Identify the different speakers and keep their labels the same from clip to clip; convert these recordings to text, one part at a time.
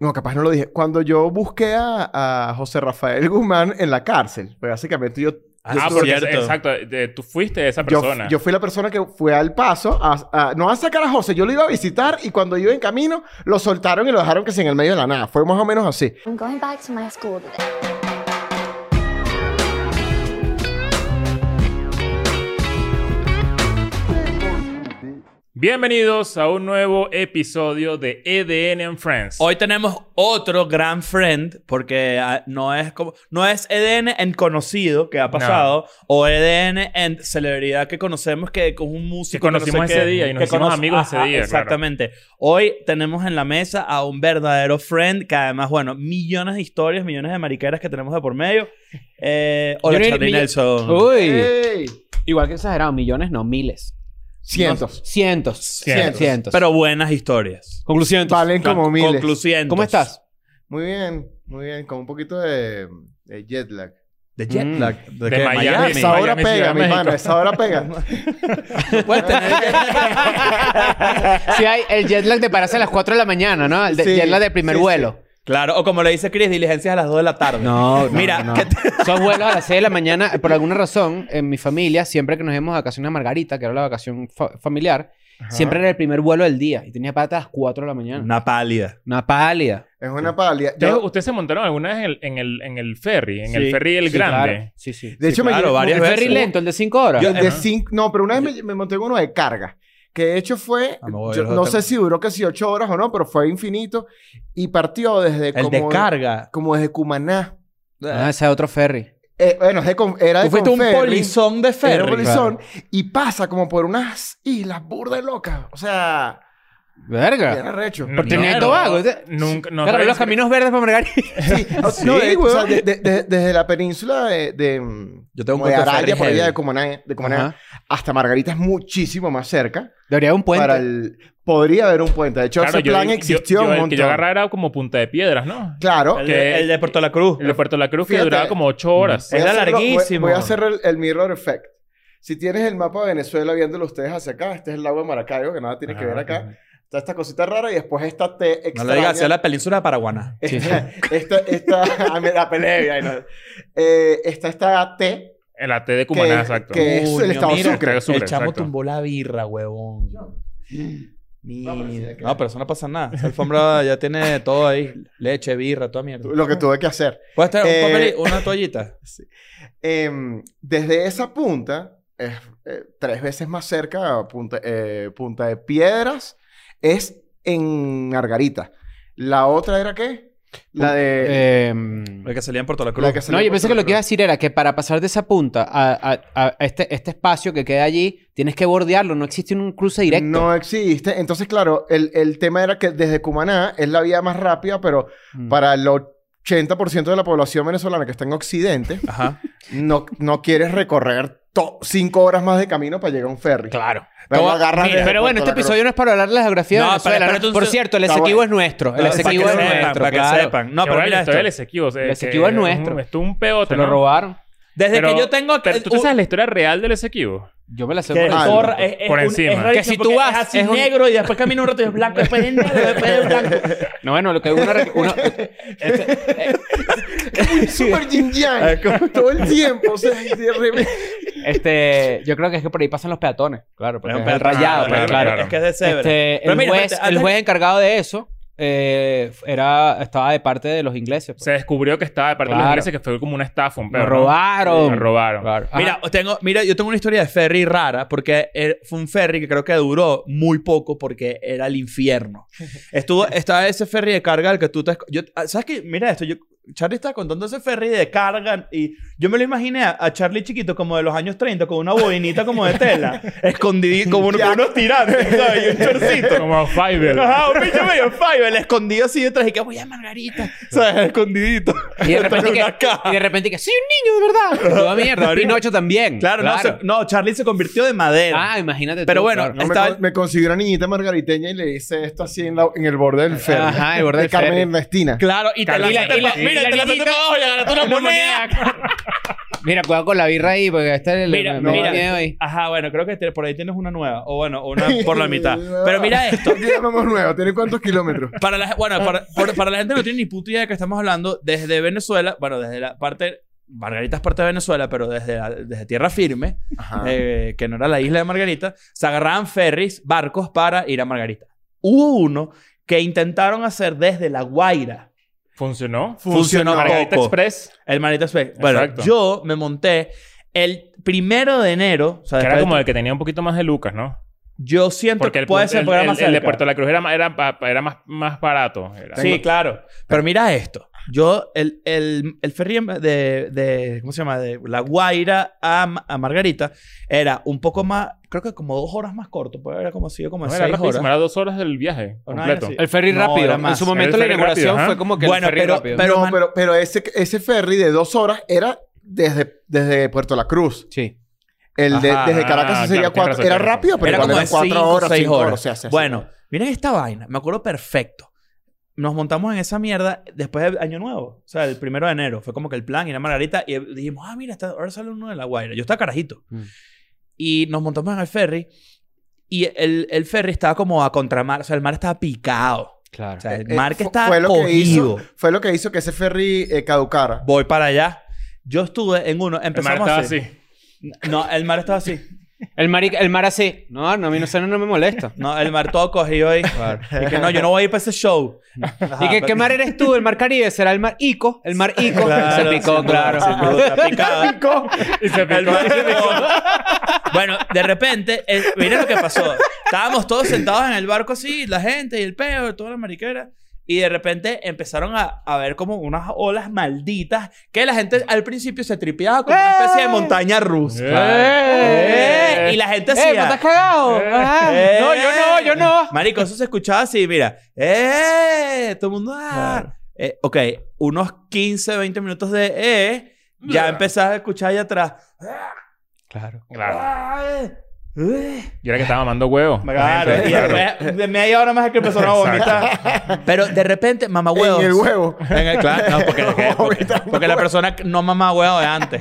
Speaker 1: No, capaz no lo dije. Cuando yo busqué a, a José Rafael Guzmán en la cárcel, pues básicamente yo
Speaker 2: Ah,
Speaker 3: por
Speaker 2: porque exacto, de- tú fuiste esa
Speaker 1: Yo,
Speaker 2: persona.
Speaker 1: yo fui la persona que fue al paso, a- a- no a sacar a José, yo lo iba a visitar y cuando iba en camino lo soltaron y lo dejaron que sí en el medio de la nada. Fue más o menos así.
Speaker 4: I'm going back to my school today.
Speaker 2: Bienvenidos a un nuevo episodio de EDN and Friends.
Speaker 3: Hoy tenemos otro gran friend, porque ah, no es como. No es EDN en conocido que ha pasado, o EDN en celebridad que conocemos, que es un músico.
Speaker 2: Que conocimos ese día y nos hicimos
Speaker 3: conoce-
Speaker 2: amigos ese día, claro.
Speaker 3: Exactamente. Hoy tenemos en la mesa a un verdadero friend, que además, bueno, millones de historias, millones de mariqueras que tenemos de por medio. Eh, hola,
Speaker 5: Yo creo que
Speaker 3: Charlie
Speaker 5: mi-
Speaker 3: Nelson.
Speaker 5: Uy.
Speaker 1: ¡Ey!
Speaker 5: Igual que exagerado, millones, no miles.
Speaker 1: Cientos.
Speaker 5: No, cientos. Cientos.
Speaker 3: Pero buenas historias.
Speaker 5: conclusión.
Speaker 1: Valen como miles.
Speaker 3: Conclusientes.
Speaker 5: ¿Cómo estás?
Speaker 1: Muy bien, muy bien, con un poquito de, de jet lag.
Speaker 3: De jet
Speaker 5: Mm.
Speaker 3: lag. ¿De,
Speaker 2: De
Speaker 3: qué?
Speaker 2: Miami.
Speaker 1: Esa hora
Speaker 2: Miami,
Speaker 1: pega,
Speaker 2: Ciudad de
Speaker 1: mi
Speaker 2: México.
Speaker 1: hermano, esa hora pega.
Speaker 5: Puedes tener Sí, hay el jet lag de pararse a las 4 de la mañana, ¿no? El de-
Speaker 1: Sí,
Speaker 5: jet lag del primer
Speaker 1: sí,
Speaker 5: vuelo.
Speaker 3: Claro, o como le dice Chris, diligencias a las 2 de la tarde.
Speaker 5: No,
Speaker 3: Mira, que te-
Speaker 5: Son vuelos a las 6 de la mañana. Por alguna razón, en mi familia, siempre que nos íbamos a vacaciones a Margarita, que era la vacación fa- familiar, siempre era el primer vuelo del día. Y tenía pata a las 4 de la mañana.
Speaker 3: Una pálida.
Speaker 5: Una pálida.
Speaker 1: Es una pálida.
Speaker 2: ¿Ustedes,
Speaker 1: Yo-
Speaker 2: ustedes se montaron alguna vez en el, en el, en el ferry, en el
Speaker 3: Sí,
Speaker 2: ferry el
Speaker 5: Sí,
Speaker 2: grande.
Speaker 5: claro. Sí, sí.
Speaker 1: de
Speaker 3: Sí,
Speaker 1: hecho,
Speaker 3: claro,
Speaker 1: me,
Speaker 3: varias
Speaker 5: El ferry
Speaker 3: veces.
Speaker 5: lento, el de 5 horas.
Speaker 1: Yo- de
Speaker 3: Ajá.
Speaker 1: cinco, no, pero una vez me, me monté en uno de carga. Que de hecho fue,
Speaker 3: Ah, me voy a
Speaker 1: yo
Speaker 3: ver
Speaker 1: no
Speaker 3: otra-
Speaker 1: sé si duró que si ocho horas o no, pero fue infinito. Y partió desde
Speaker 3: El
Speaker 1: como,
Speaker 3: de carga.
Speaker 1: como desde Cumaná.
Speaker 5: Ah, ese es otro ferry.
Speaker 1: Eh, bueno, es de con- era
Speaker 5: Ah,
Speaker 1: de
Speaker 3: Tú fuiste un
Speaker 1: Conferri,
Speaker 3: polizón de ferry.
Speaker 1: era un polizón, Y pasa como por unas islas burda de loca. O sea,
Speaker 5: Verga.
Speaker 3: Ah.
Speaker 1: era recho.
Speaker 2: No,
Speaker 5: Pero tenía
Speaker 2: no,
Speaker 5: Tobago.
Speaker 2: no, Nunca. No
Speaker 5: claro,
Speaker 2: sabía
Speaker 5: los
Speaker 2: si-
Speaker 5: caminos verdes para Margarita.
Speaker 1: Sí, o-
Speaker 3: Sí,
Speaker 1: no, de- o sea,
Speaker 3: weón.
Speaker 1: de- de- de- desde la península de, de, mm,
Speaker 3: Yo tengo un
Speaker 1: como de
Speaker 3: cuento de
Speaker 1: Araya,
Speaker 3: ferry
Speaker 1: por allá
Speaker 3: heavy.
Speaker 1: de Cumaná, de Cumaná
Speaker 5: Ajá.
Speaker 1: hasta Margarita es muchísimo más cerca.
Speaker 5: Debería haber un puente.
Speaker 1: Para el... Podría haber un puente. De hecho,
Speaker 2: Claro,
Speaker 1: ese
Speaker 2: yo-
Speaker 1: plan
Speaker 2: yo-
Speaker 1: existió
Speaker 2: yo-
Speaker 1: un
Speaker 2: El que yo
Speaker 1: montón.
Speaker 2: agarraba era como punta de piedras, ¿no?
Speaker 1: Claro.
Speaker 3: El,
Speaker 2: Que-
Speaker 3: de- el de Puerto La Cruz.
Speaker 2: El de Puerto La Cruz que
Speaker 1: Fíjate.
Speaker 2: duraba como ocho horas.
Speaker 1: Voy a
Speaker 3: Era
Speaker 1: hacerlo- voy-
Speaker 3: larguísimo.
Speaker 1: Voy, a hacer el, el mirror effect. Si tienes el mapa de Venezuela viéndolo ustedes hacia acá, este es el lago de Maracaibo, que nada tiene que ver acá. Está esta cosita rara y después esta T extraña.
Speaker 3: No le digas hacia la península de Paraguaná.
Speaker 5: Sí, sí.
Speaker 1: Esta, esta, esta- ah, me la peleé, ay, no. Eh, está esta T,
Speaker 2: El AT de Cumaná,
Speaker 1: Que-
Speaker 2: exacto.
Speaker 1: que- es el estado Sucre.
Speaker 2: El Sucre,
Speaker 3: el chamo
Speaker 2: exacto.
Speaker 3: tumbó la birra, huevón.
Speaker 1: No, pero sí, hay que-
Speaker 3: No, pero eso no pasa nada. Esa alfombra ya tiene todo ahí. Leche, birra, toda mierda.
Speaker 1: lo que tuve que hacer.
Speaker 3: ¿Puedes traer un
Speaker 1: Eh,
Speaker 3: papel y una toallita?
Speaker 1: Em, desde esa punta, es eh, tres veces más cerca, a punta, eh, punta de piedras, es en Margarita. ¿La otra era qué? La de...
Speaker 5: Em,
Speaker 3: El que salía en Puerto La Cruz.
Speaker 1: la que
Speaker 5: no,
Speaker 1: salió
Speaker 5: yo
Speaker 1: por
Speaker 5: pensé que lo que iba a
Speaker 1: Veracruz.
Speaker 5: decir era que para pasar de esa punta a, a- a este, este espacio que queda allí, tienes que bordearlo. No existe un cruce directo.
Speaker 1: No existe. Entonces, claro, el, el tema era que desde Cumaná es la vía más rápida, pero
Speaker 5: Mm.
Speaker 1: para el 80% de la población venezolana que está en Occidente,
Speaker 3: Ajá.
Speaker 1: no, no quieres recorrer to- cinco horas más de camino para llegar a un ferry.
Speaker 5: Claro.
Speaker 1: Pero,
Speaker 5: Pero,
Speaker 1: lo agarras
Speaker 3: mira,
Speaker 1: desde
Speaker 5: pero bueno,
Speaker 1: Puerto eh,
Speaker 5: este
Speaker 1: La Cruz.
Speaker 5: episodio no es para hablar de la geografía
Speaker 3: No,
Speaker 5: de
Speaker 3: para-
Speaker 5: Venezuela.
Speaker 3: espérate un
Speaker 5: Por
Speaker 3: se-
Speaker 5: cierto, el
Speaker 1: Está
Speaker 5: Esequibo
Speaker 1: bueno.
Speaker 5: es nuestro. El
Speaker 3: Para que
Speaker 5: Esequibo es
Speaker 3: sepan,
Speaker 5: nuestro.
Speaker 3: Para que
Speaker 5: claro.
Speaker 3: sepan. No,
Speaker 2: Qué
Speaker 3: pero
Speaker 2: buena
Speaker 3: mira
Speaker 2: historia del
Speaker 3: esto.
Speaker 2: Esequibo. o sea,
Speaker 5: El
Speaker 2: que
Speaker 5: Esequibo es
Speaker 2: un-
Speaker 5: nuestro.
Speaker 2: Es un peote,
Speaker 5: Se lo
Speaker 2: ¿no?
Speaker 5: robaron.
Speaker 3: Desde
Speaker 2: Pero-
Speaker 3: que Uh, yo tengo...
Speaker 2: Pero tú te
Speaker 3: un-
Speaker 2: sabes la historia real del Esequibo.
Speaker 5: Yo me la sé.
Speaker 3: Que
Speaker 5: por
Speaker 3: es
Speaker 1: Ah,
Speaker 5: encima.
Speaker 3: torra- es- es
Speaker 2: por
Speaker 3: un-
Speaker 2: encima.
Speaker 3: es rarísimo
Speaker 5: Que si tú
Speaker 3: porque
Speaker 5: vas,
Speaker 3: es así
Speaker 5: es un-
Speaker 3: negro y después camina un rato y es blanco, después es negro, después es blanco.
Speaker 5: No, bueno, lo que una... una- este, eh,
Speaker 1: Super yin yang. Todo el tiempo. O sea, y de repente-
Speaker 5: este, yo creo que es que por ahí pasan los peatones. Claro, porque
Speaker 3: Es
Speaker 5: es
Speaker 3: un
Speaker 5: el
Speaker 3: peatón.
Speaker 5: rayado.
Speaker 2: Ah,
Speaker 5: pues,
Speaker 2: claro,
Speaker 5: claro.
Speaker 2: claro.
Speaker 3: Es que es de cebra.
Speaker 5: Este,
Speaker 3: Pero
Speaker 5: el,
Speaker 3: mira,
Speaker 5: juez,
Speaker 3: espérate,
Speaker 5: el
Speaker 3: antes-
Speaker 5: juez encargado de eso eh, era, estaba de parte de los ingleses. pues.
Speaker 2: Se descubrió que estaba de parte de
Speaker 5: Claro.
Speaker 2: los ingleses, que fue como una estafa, un
Speaker 5: Lo
Speaker 2: pedo. ¿no?
Speaker 5: robaron.
Speaker 2: Lo robaron.
Speaker 5: Claro. Ajá.
Speaker 3: Mira, tengo, mira, yo tengo una historia de ferry rara porque eh, fue un ferry que creo que duró muy poco porque era el infierno. Estuvo, estaba ese ferry de carga al que tú te... esco- Yo, ah, ¿Sabes qué? Mira esto, yo, Charlie estaba contando ese ferry de carga y yo me lo imaginé a, a Charlie chiquito como de los años 30 con una bobinita como de tela, escondido como uno- con unos tirantes, ¿sabes? Y un chorcito.
Speaker 2: Como Fiverr.
Speaker 3: Ajá, un bicho medio five, el escondido así detrás y que voy a Margarita, ¿sabes? Escondidito.
Speaker 5: y, de repente
Speaker 3: Pero
Speaker 5: que,
Speaker 3: una caja.
Speaker 5: y de repente que, sí, un niño, de verdad. Toda mierda.
Speaker 3: Claro.
Speaker 5: Pinocho también.
Speaker 3: Claro, No, se- no, Charlie se convirtió de madera.
Speaker 5: Ah, imagínate.
Speaker 3: Pero
Speaker 5: tú,
Speaker 3: bueno,
Speaker 5: claro.
Speaker 1: No, me,
Speaker 3: Estaba-
Speaker 1: con- me consiguió una niñita margariteña y le hice esto así en, la- en el borde del ferry.
Speaker 5: Ajá, el borde
Speaker 1: De
Speaker 5: del
Speaker 1: Carmen
Speaker 5: ferry.
Speaker 1: Ernestina.
Speaker 3: Claro, y te
Speaker 2: Claro,
Speaker 3: la
Speaker 2: y la- y la-
Speaker 3: Mira,
Speaker 2: y la
Speaker 3: te la
Speaker 2: niñita-
Speaker 3: abajo y agarraste una moneda.
Speaker 5: Mira, cuidado con la birra ahí, porque esta es el
Speaker 3: Mira,
Speaker 5: me- me
Speaker 1: mira.
Speaker 5: da miedo ahí.
Speaker 3: Ajá, bueno, creo que te- por ahí tienes una nueva. O bueno, o una Ah, por la mitad. Pero mira esto.
Speaker 1: Tiene nuevos nuevo. ¿Tiene cuántos kilómetros?
Speaker 3: Para la, bueno, para, por- para la gente que no tiene ni puta idea de que estamos hablando, desde Venezuela, bueno, desde la parte. Margarita es parte de Venezuela, pero desde, la- desde tierra firme,
Speaker 1: Ajá.
Speaker 3: eh, que no era la isla de Margarita, se agarraban ferries, barcos para ir a Margarita. Hubo uno que intentaron hacer desde La Guaira.
Speaker 2: ¿Funcionó?
Speaker 3: Funcionó
Speaker 2: Margarita
Speaker 3: poco.
Speaker 2: Express,
Speaker 3: El Margarita Express. Bueno,
Speaker 2: Exacto.
Speaker 3: yo me monté el primero de enero. O sea,
Speaker 2: que
Speaker 3: después
Speaker 2: era
Speaker 3: de-
Speaker 2: como el que tenía un poquito más de lucas, ¿no?
Speaker 3: Yo siento
Speaker 2: Porque
Speaker 3: que
Speaker 2: el,
Speaker 3: puede
Speaker 2: pu-
Speaker 3: ser
Speaker 2: el-
Speaker 3: porque era
Speaker 2: el-
Speaker 3: más
Speaker 2: el de
Speaker 3: cerca.
Speaker 2: Puerto de la Cruz era, ma- era, pa- pa- era más, más barato. era.
Speaker 3: Sí, claro. Pero mira esto. Yo, el, el, el ferry en- de, de- ¿Cómo se llama? De La Guaira a, Ma- a Margarita era un poco más. Creo que como dos horas más corto. Pero era como sido como
Speaker 2: No, era
Speaker 3: seis
Speaker 2: rapidísimo,
Speaker 3: horas.
Speaker 2: era dos horas del viaje
Speaker 3: Una
Speaker 2: completo.
Speaker 3: vaina así.
Speaker 5: El ferry
Speaker 3: No,
Speaker 5: rápido.
Speaker 3: era
Speaker 5: En
Speaker 3: más.
Speaker 5: su momento
Speaker 2: El
Speaker 5: la
Speaker 2: ferry
Speaker 5: inauguración
Speaker 2: rápido, ajá.
Speaker 5: fue como que
Speaker 3: Bueno,
Speaker 5: el ferry
Speaker 3: pero-
Speaker 5: rápido.
Speaker 3: pero-
Speaker 1: no,
Speaker 3: man-
Speaker 1: pero, pero ese, ese ferry de dos horas era desde, desde Puerto La Cruz.
Speaker 5: Sí.
Speaker 1: El de,
Speaker 2: Ajá,
Speaker 1: desde Caracas
Speaker 3: ah,
Speaker 1: sería
Speaker 2: claro, tienes
Speaker 1: cuatro.
Speaker 2: razón,
Speaker 1: era
Speaker 2: tienes razón.
Speaker 1: rápido, pero
Speaker 3: Era
Speaker 1: igual
Speaker 3: como
Speaker 1: eran
Speaker 3: de
Speaker 1: cuatro
Speaker 3: cinco,
Speaker 1: horas,
Speaker 3: seis
Speaker 1: cinco
Speaker 3: horas.
Speaker 1: o sea, sí, sí.
Speaker 3: Bueno, miren esta vaina. Me acuerdo perfecto. Nos montamos en esa mierda después de Año Nuevo. O sea, el primero de enero. Fue como que el plan ir a Margarita. Y dijimos, ah, mira, está- ahora sale uno de La Guaira. Yo estaba carajito.
Speaker 5: Mm.
Speaker 3: Y nos montamos en el ferry. Y el, el ferry estaba como a contramar. O sea, el mar estaba picado.
Speaker 5: Claro.
Speaker 3: O sea, el
Speaker 1: Eh,
Speaker 3: mar que
Speaker 1: fu-
Speaker 3: estaba
Speaker 1: fue lo que hizo,
Speaker 3: cogido.
Speaker 1: fue lo que hizo que ese ferry eh, caducara.
Speaker 3: Voy para allá. Yo estuve en uno.
Speaker 2: El mar
Speaker 3: Empezamos
Speaker 2: estaba
Speaker 3: a
Speaker 2: así.
Speaker 3: hacer- No, el mar estaba así.
Speaker 5: El mar, y- el mar así. No, no, a mí no, sé, no, no me molesta.
Speaker 3: No, el mar todo cogido ahí. Y que no, yo no voy a ir para ese show. Ajá,
Speaker 5: ¿Y que,
Speaker 3: pero-
Speaker 5: qué mar eres tú? El mar Caribe será el mar Ico. El mar Ico.
Speaker 3: Claro,
Speaker 5: se picó,
Speaker 3: sí,
Speaker 5: claro.
Speaker 3: se picó, está picado.
Speaker 2: Y se
Speaker 3: El
Speaker 2: picó.
Speaker 3: mar se picó. Bueno, de repente, eh, mira lo que pasó. Estábamos todos sentados en el barco así, la gente y el peo, toda la mariquera. Y de repente empezaron a, a ver como unas olas malditas que la gente al principio se tripeaba como una especie de montaña rusa.
Speaker 5: ¡Eh!
Speaker 3: Eh, Y la gente
Speaker 5: ¡Eh,
Speaker 3: hacía...
Speaker 5: ¿no estás cagado! Ajá.
Speaker 3: ¡Eh!
Speaker 5: No, yo no, yo no.
Speaker 3: Marico, eso se escuchaba así, mira. ¡Eh! Todo el mundo. ah. Eh, ok, unos 15, 20 minutos de eh. Ya empezás a escuchar allá atrás.
Speaker 5: Claro.
Speaker 2: Claro.
Speaker 3: Ah, eh.
Speaker 2: Yo era que estaba mamando huevo.
Speaker 3: Claro,
Speaker 2: Gente,
Speaker 3: y después de media hora más es que empezaron a vomitar. Pero de repente, mamá huevo.
Speaker 1: En el huevo.
Speaker 3: En el- claro, no, porque, porque-
Speaker 1: Vomitando
Speaker 3: porque la persona no mamá huevo de antes.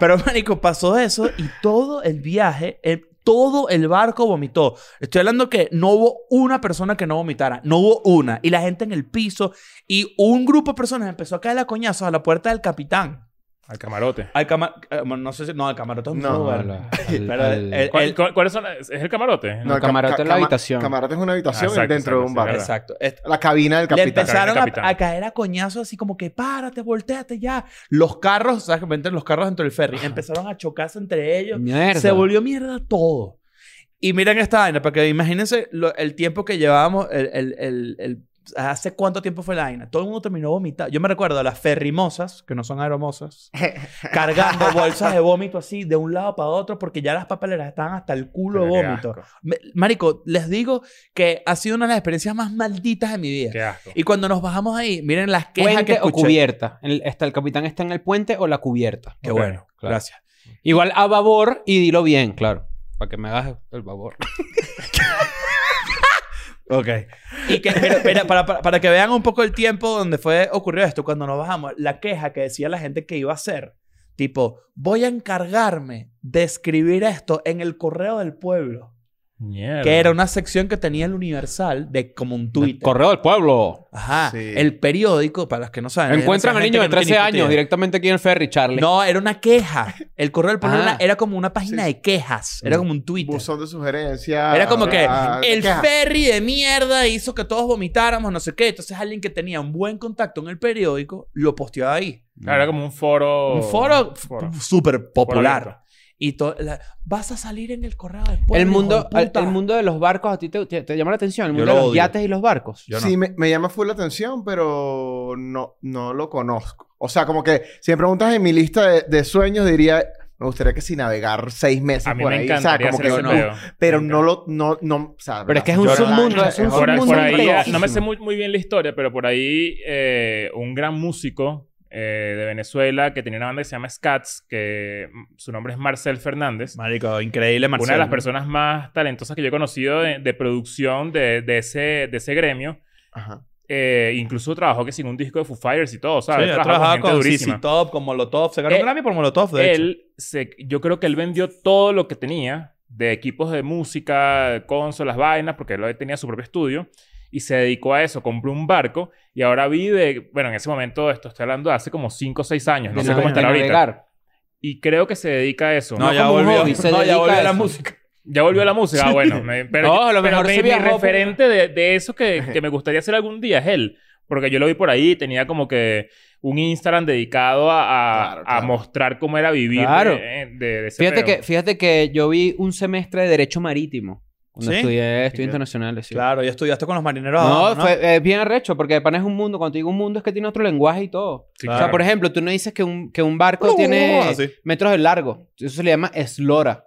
Speaker 3: Pero, marico, pasó eso y todo el viaje, el- todo el barco vomitó. Estoy hablando que no hubo una persona que no vomitara. No hubo una. Y la gente en el piso y un grupo de personas empezó a caer a coñazos a la puerta del capitán.
Speaker 2: Al camarote.
Speaker 3: Al cama- eh, bueno, no sé si... No, al camarote es un
Speaker 1: No,
Speaker 3: lugar. Pero el- el-
Speaker 2: ¿Cuál- cuál- ¿Cuáles son? las- ¿Es el camarote?
Speaker 1: No,
Speaker 5: el camarote
Speaker 1: ca-
Speaker 5: es la
Speaker 1: cama-
Speaker 5: habitación.
Speaker 1: Camarote es una habitación
Speaker 2: Exacto,
Speaker 1: dentro de un
Speaker 2: exacto, sí,
Speaker 1: bar.
Speaker 2: verdad.
Speaker 3: Exacto. este Est-
Speaker 1: La cabina del
Speaker 3: Le
Speaker 1: capitán.
Speaker 2: empezó-
Speaker 3: empezaron
Speaker 2: Capitán,
Speaker 3: a, a
Speaker 2: capitán.
Speaker 3: caer a coñazos así como que párate, volteate ya. Los carros, ¿sabes? Que meten los carros dentro del ferry. Empezaron a chocarse entre ellos.
Speaker 5: Mierda.
Speaker 3: Se volvió mierda todo. Y miren esta vaina, porque imagínense lo- el tiempo que llevábamos, el, el- el- el- ¿Hace cuánto tiempo fue la vaina? Todo el mundo terminó vomitando. Yo me recuerdo a las ferrimosas, que no son aeromosas, cargando bolsas de vómito así de un lado para otro porque ya las papeleras estaban hasta el culo de
Speaker 2: Pero qué
Speaker 3: vómito.
Speaker 2: asco.
Speaker 3: Me- Marico, les digo que ha sido una de las experiencias más malditas de mi vida.
Speaker 2: Qué asco.
Speaker 3: Y cuando nos bajamos ahí, miren las quejas
Speaker 5: ¿Puente
Speaker 3: que
Speaker 5: o
Speaker 3: escuché.
Speaker 5: cubierta? El, está, el capitán está en el puente o la cubierta.
Speaker 3: Qué
Speaker 2: Ok,
Speaker 3: bueno,
Speaker 5: claro.
Speaker 3: gracias.
Speaker 5: Igual a babor y dilo bien, claro. Para que me hagas el babor.
Speaker 3: Ok. Y que, pero, pero para, para- para que vean un poco el tiempo donde fue ocurrió esto, cuando nos bajamos, la queja que decía la gente que iba a hacer, tipo, voy a encargarme de escribir esto en el correo del pueblo,
Speaker 2: Mierda.
Speaker 3: que era una sección que tenía el Universal de como un Twitter.
Speaker 5: Correo del pueblo.
Speaker 3: Ajá,
Speaker 1: Sí.
Speaker 3: el periódico, para los que Ah, no saben.
Speaker 5: Encuentran
Speaker 3: a
Speaker 5: al niño de 13 años directamente aquí en el ferry, Charlie.
Speaker 3: No, era una queja. El correo del pueblo
Speaker 5: Ah.
Speaker 3: era, era como una página de quejas. Era como un Twitter.
Speaker 1: Buzón de sugerencias.
Speaker 3: Era como que
Speaker 1: ah,
Speaker 3: el
Speaker 1: quejas.
Speaker 3: ferry de mierda hizo que todos vomitáramos, no sé qué. Entonces alguien que tenía un buen contacto en el periódico lo posteó ahí.
Speaker 2: Claro, era como un foro.
Speaker 3: un foro f-
Speaker 2: Oh, foro.
Speaker 3: súper
Speaker 2: Foro
Speaker 3: popular.
Speaker 2: abierto.
Speaker 3: Y to- la- vas a salir en el correo después.
Speaker 5: El mundo, el, el
Speaker 3: mundo.
Speaker 5: mundo de los barcos a ti te, te- te llama la atención. El
Speaker 3: Yo
Speaker 5: mundo
Speaker 3: lo
Speaker 5: de los
Speaker 3: odio.
Speaker 5: yates y los barcos.
Speaker 3: Yo no.
Speaker 1: Sí, me, me llama full la atención, pero no, no lo conozco. O sea, como que si me preguntas en mi lista de, de sueños, diría, me gustaría que si navegar seis meses
Speaker 2: A mí
Speaker 1: por
Speaker 2: me
Speaker 1: ahí.
Speaker 2: encanta.
Speaker 1: o sea, como que
Speaker 3: hacer
Speaker 1: yo
Speaker 3: ese
Speaker 1: no.
Speaker 3: pedo.
Speaker 1: Pero no lo, no, no, o sea,
Speaker 5: Pero es que es
Speaker 1: la-
Speaker 5: un
Speaker 1: yo la-
Speaker 5: submundo, es un
Speaker 1: es
Speaker 2: Por,
Speaker 1: horrible.
Speaker 5: submundo.
Speaker 2: por ahí, ah,
Speaker 5: maravilloso.
Speaker 2: no me sé muy, muy bien la historia, pero por ahí eh, un gran músico eh, de Venezuela que tenía una banda que se llama Scats, que mm, su nombre es Marcel Fernández.
Speaker 3: Marico, increíble, Marcelo.
Speaker 2: Una de las personas más talentosas que yo he conocido de, de producción de, de ese, de ese gremio.
Speaker 1: Ajá.
Speaker 2: eh, incluso trabajó que sin un disco de Foo Fighters y todo,
Speaker 3: Sí,
Speaker 2: ¿sabes?
Speaker 3: yo
Speaker 2: Trabajaba
Speaker 3: trabajaba
Speaker 2: gente
Speaker 3: con
Speaker 2: durísima.
Speaker 3: CC Top, con Molotov. Se ganó
Speaker 2: Eh,
Speaker 3: un Grammy por Molotov, de hecho.
Speaker 2: él se, yo creo que él vendió todo lo que tenía de equipos de música, de consolas, vainas, porque él tenía su propio estudio y se dedicó a eso, compró un barco y ahora vive, bueno, en ese momento esto estoy hablando de hace como 5 o 6 años, no
Speaker 5: De
Speaker 2: sé cómo
Speaker 5: nave-
Speaker 2: estará
Speaker 5: de
Speaker 2: ahorita.
Speaker 5: navegar.
Speaker 2: Y creo que se dedica a eso.
Speaker 3: No,
Speaker 5: no
Speaker 3: ya
Speaker 5: como un
Speaker 3: volvió.
Speaker 5: hobby, se
Speaker 3: no, ya
Speaker 5: dedica
Speaker 3: volvió
Speaker 5: a
Speaker 3: la
Speaker 5: eso.
Speaker 3: música.
Speaker 2: Ya volvió a la música, ah, bueno. me- pero
Speaker 5: No, a lo
Speaker 2: pero
Speaker 5: mejor
Speaker 2: mi,
Speaker 5: se
Speaker 2: mi
Speaker 5: viajó por-
Speaker 2: referente de, de eso que, que me gustaría hacer algún día es él. Porque yo lo vi por ahí, tenía como que un Instagram dedicado a, a-
Speaker 1: Claro,
Speaker 2: a
Speaker 1: claro.
Speaker 2: mostrar cómo era vivir de-
Speaker 5: Claro.
Speaker 2: eh, de, de ese
Speaker 5: Fíjate
Speaker 2: peo.
Speaker 5: que, fíjate que yo vi un semestre de Derecho Marítimo. Cuando
Speaker 3: ¿Sí?
Speaker 5: estudié
Speaker 2: Fíjate.
Speaker 5: estudios internacionales, sí.
Speaker 3: Claro, ya estudiaste con los marineros.
Speaker 5: No,
Speaker 3: abajo,
Speaker 5: fue eh, bien arrecho, porque de pana es un mundo. Cuando te digo un mundo es que tiene otro lenguaje y todo.
Speaker 2: Sí,
Speaker 5: O sea,
Speaker 2: claro.
Speaker 5: por ejemplo, tú no dices que un, que un barco tiene
Speaker 3: Así.
Speaker 5: metros de largo. Eso se le llama eslora.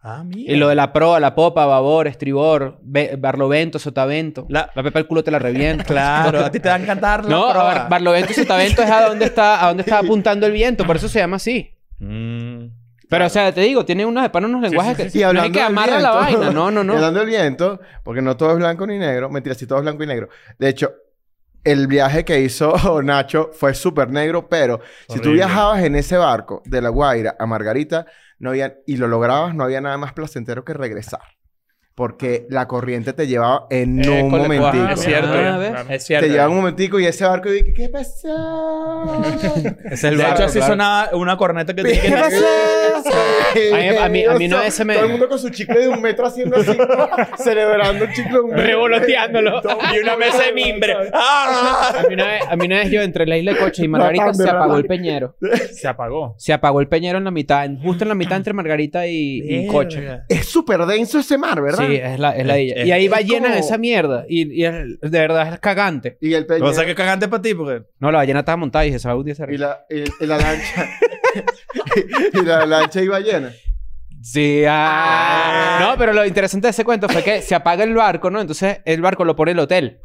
Speaker 3: Ah, mira.
Speaker 5: Y lo de la proa, la popa, babor, estribor, be- barlovento, sotavento.
Speaker 3: La-
Speaker 5: La, pepa del culo te la revienta.
Speaker 3: Claro, a ti te va a encantar la
Speaker 5: No,
Speaker 3: proa.
Speaker 5: bar- barlovento y sotavento es a dónde está, a dónde está apuntando el viento. Por eso se llama así.
Speaker 3: Mm.
Speaker 5: Pero, o sea, te digo, tiene unos, de pana unos lenguajes
Speaker 2: sí, sí,
Speaker 5: que... no es que
Speaker 1: del
Speaker 5: amarra la
Speaker 1: viento,
Speaker 5: vaina. No, no,
Speaker 1: y
Speaker 5: no.
Speaker 1: hablando del viento, porque no todo es blanco ni negro. Mentira, sí todo es blanco y negro. De hecho, el viaje que hizo Nacho fue súper negro, pero si tú
Speaker 2: Horrible.
Speaker 1: viajabas en ese barco de La Guaira a Margarita no había, y lo lograbas, no había nada más placentero que regresar. Porque la corriente te llevaba en
Speaker 3: Eh,
Speaker 1: un
Speaker 3: con la-
Speaker 1: momentico.
Speaker 3: Ah, es cierto.
Speaker 5: Ah, ¿ves?
Speaker 2: Claro.
Speaker 1: Te
Speaker 3: Es cierto. ¿eh?
Speaker 1: llevaba un momentico y ese barco y dije, ¿qué pasó?
Speaker 3: Es el
Speaker 1: Claro,
Speaker 3: De hecho, así
Speaker 1: claro.
Speaker 3: sonaba una corneta que tiene
Speaker 1: ¿Qué
Speaker 3: que
Speaker 1: pasó?
Speaker 5: A mí- a mí no ese me-
Speaker 1: Todo el mundo con su chicle de un metro haciendo así, celebrando un chicle de un metro.
Speaker 5: Revoloteándolo.
Speaker 3: Y una mesa de mimbre. ¡Ah!
Speaker 5: A mí, una vez, a mí una vez yo entre la isla de Coche y Margarita se
Speaker 1: Ratán,
Speaker 5: apagó el
Speaker 1: ratán.
Speaker 5: peñero.
Speaker 2: Se apagó.
Speaker 5: Se apagó el peñero en la mitad, en- justo en la mitad entre Margarita y, y Coche.
Speaker 3: Verga.
Speaker 1: Es súper denso ese mar, ¿verdad?
Speaker 5: Sí, es la, es la
Speaker 3: Es-
Speaker 5: isla.
Speaker 3: es-
Speaker 5: Y ahí va
Speaker 1: es
Speaker 5: llena de
Speaker 1: como-
Speaker 5: esa mierda. Y, y es- de verdad es cagante.
Speaker 1: Y el peñero.
Speaker 3: O sea, que cagante para ti, porque...
Speaker 5: No, la ballena estaba montada y dije, se va a hundir esa
Speaker 1: y,
Speaker 5: red".
Speaker 1: la, y, y la lancha. y la lancha iba llena.
Speaker 5: Sí, ah. No, pero lo interesante de ese cuento fue que se apaga el barco, ¿no? Entonces el barco lo pone el hotel.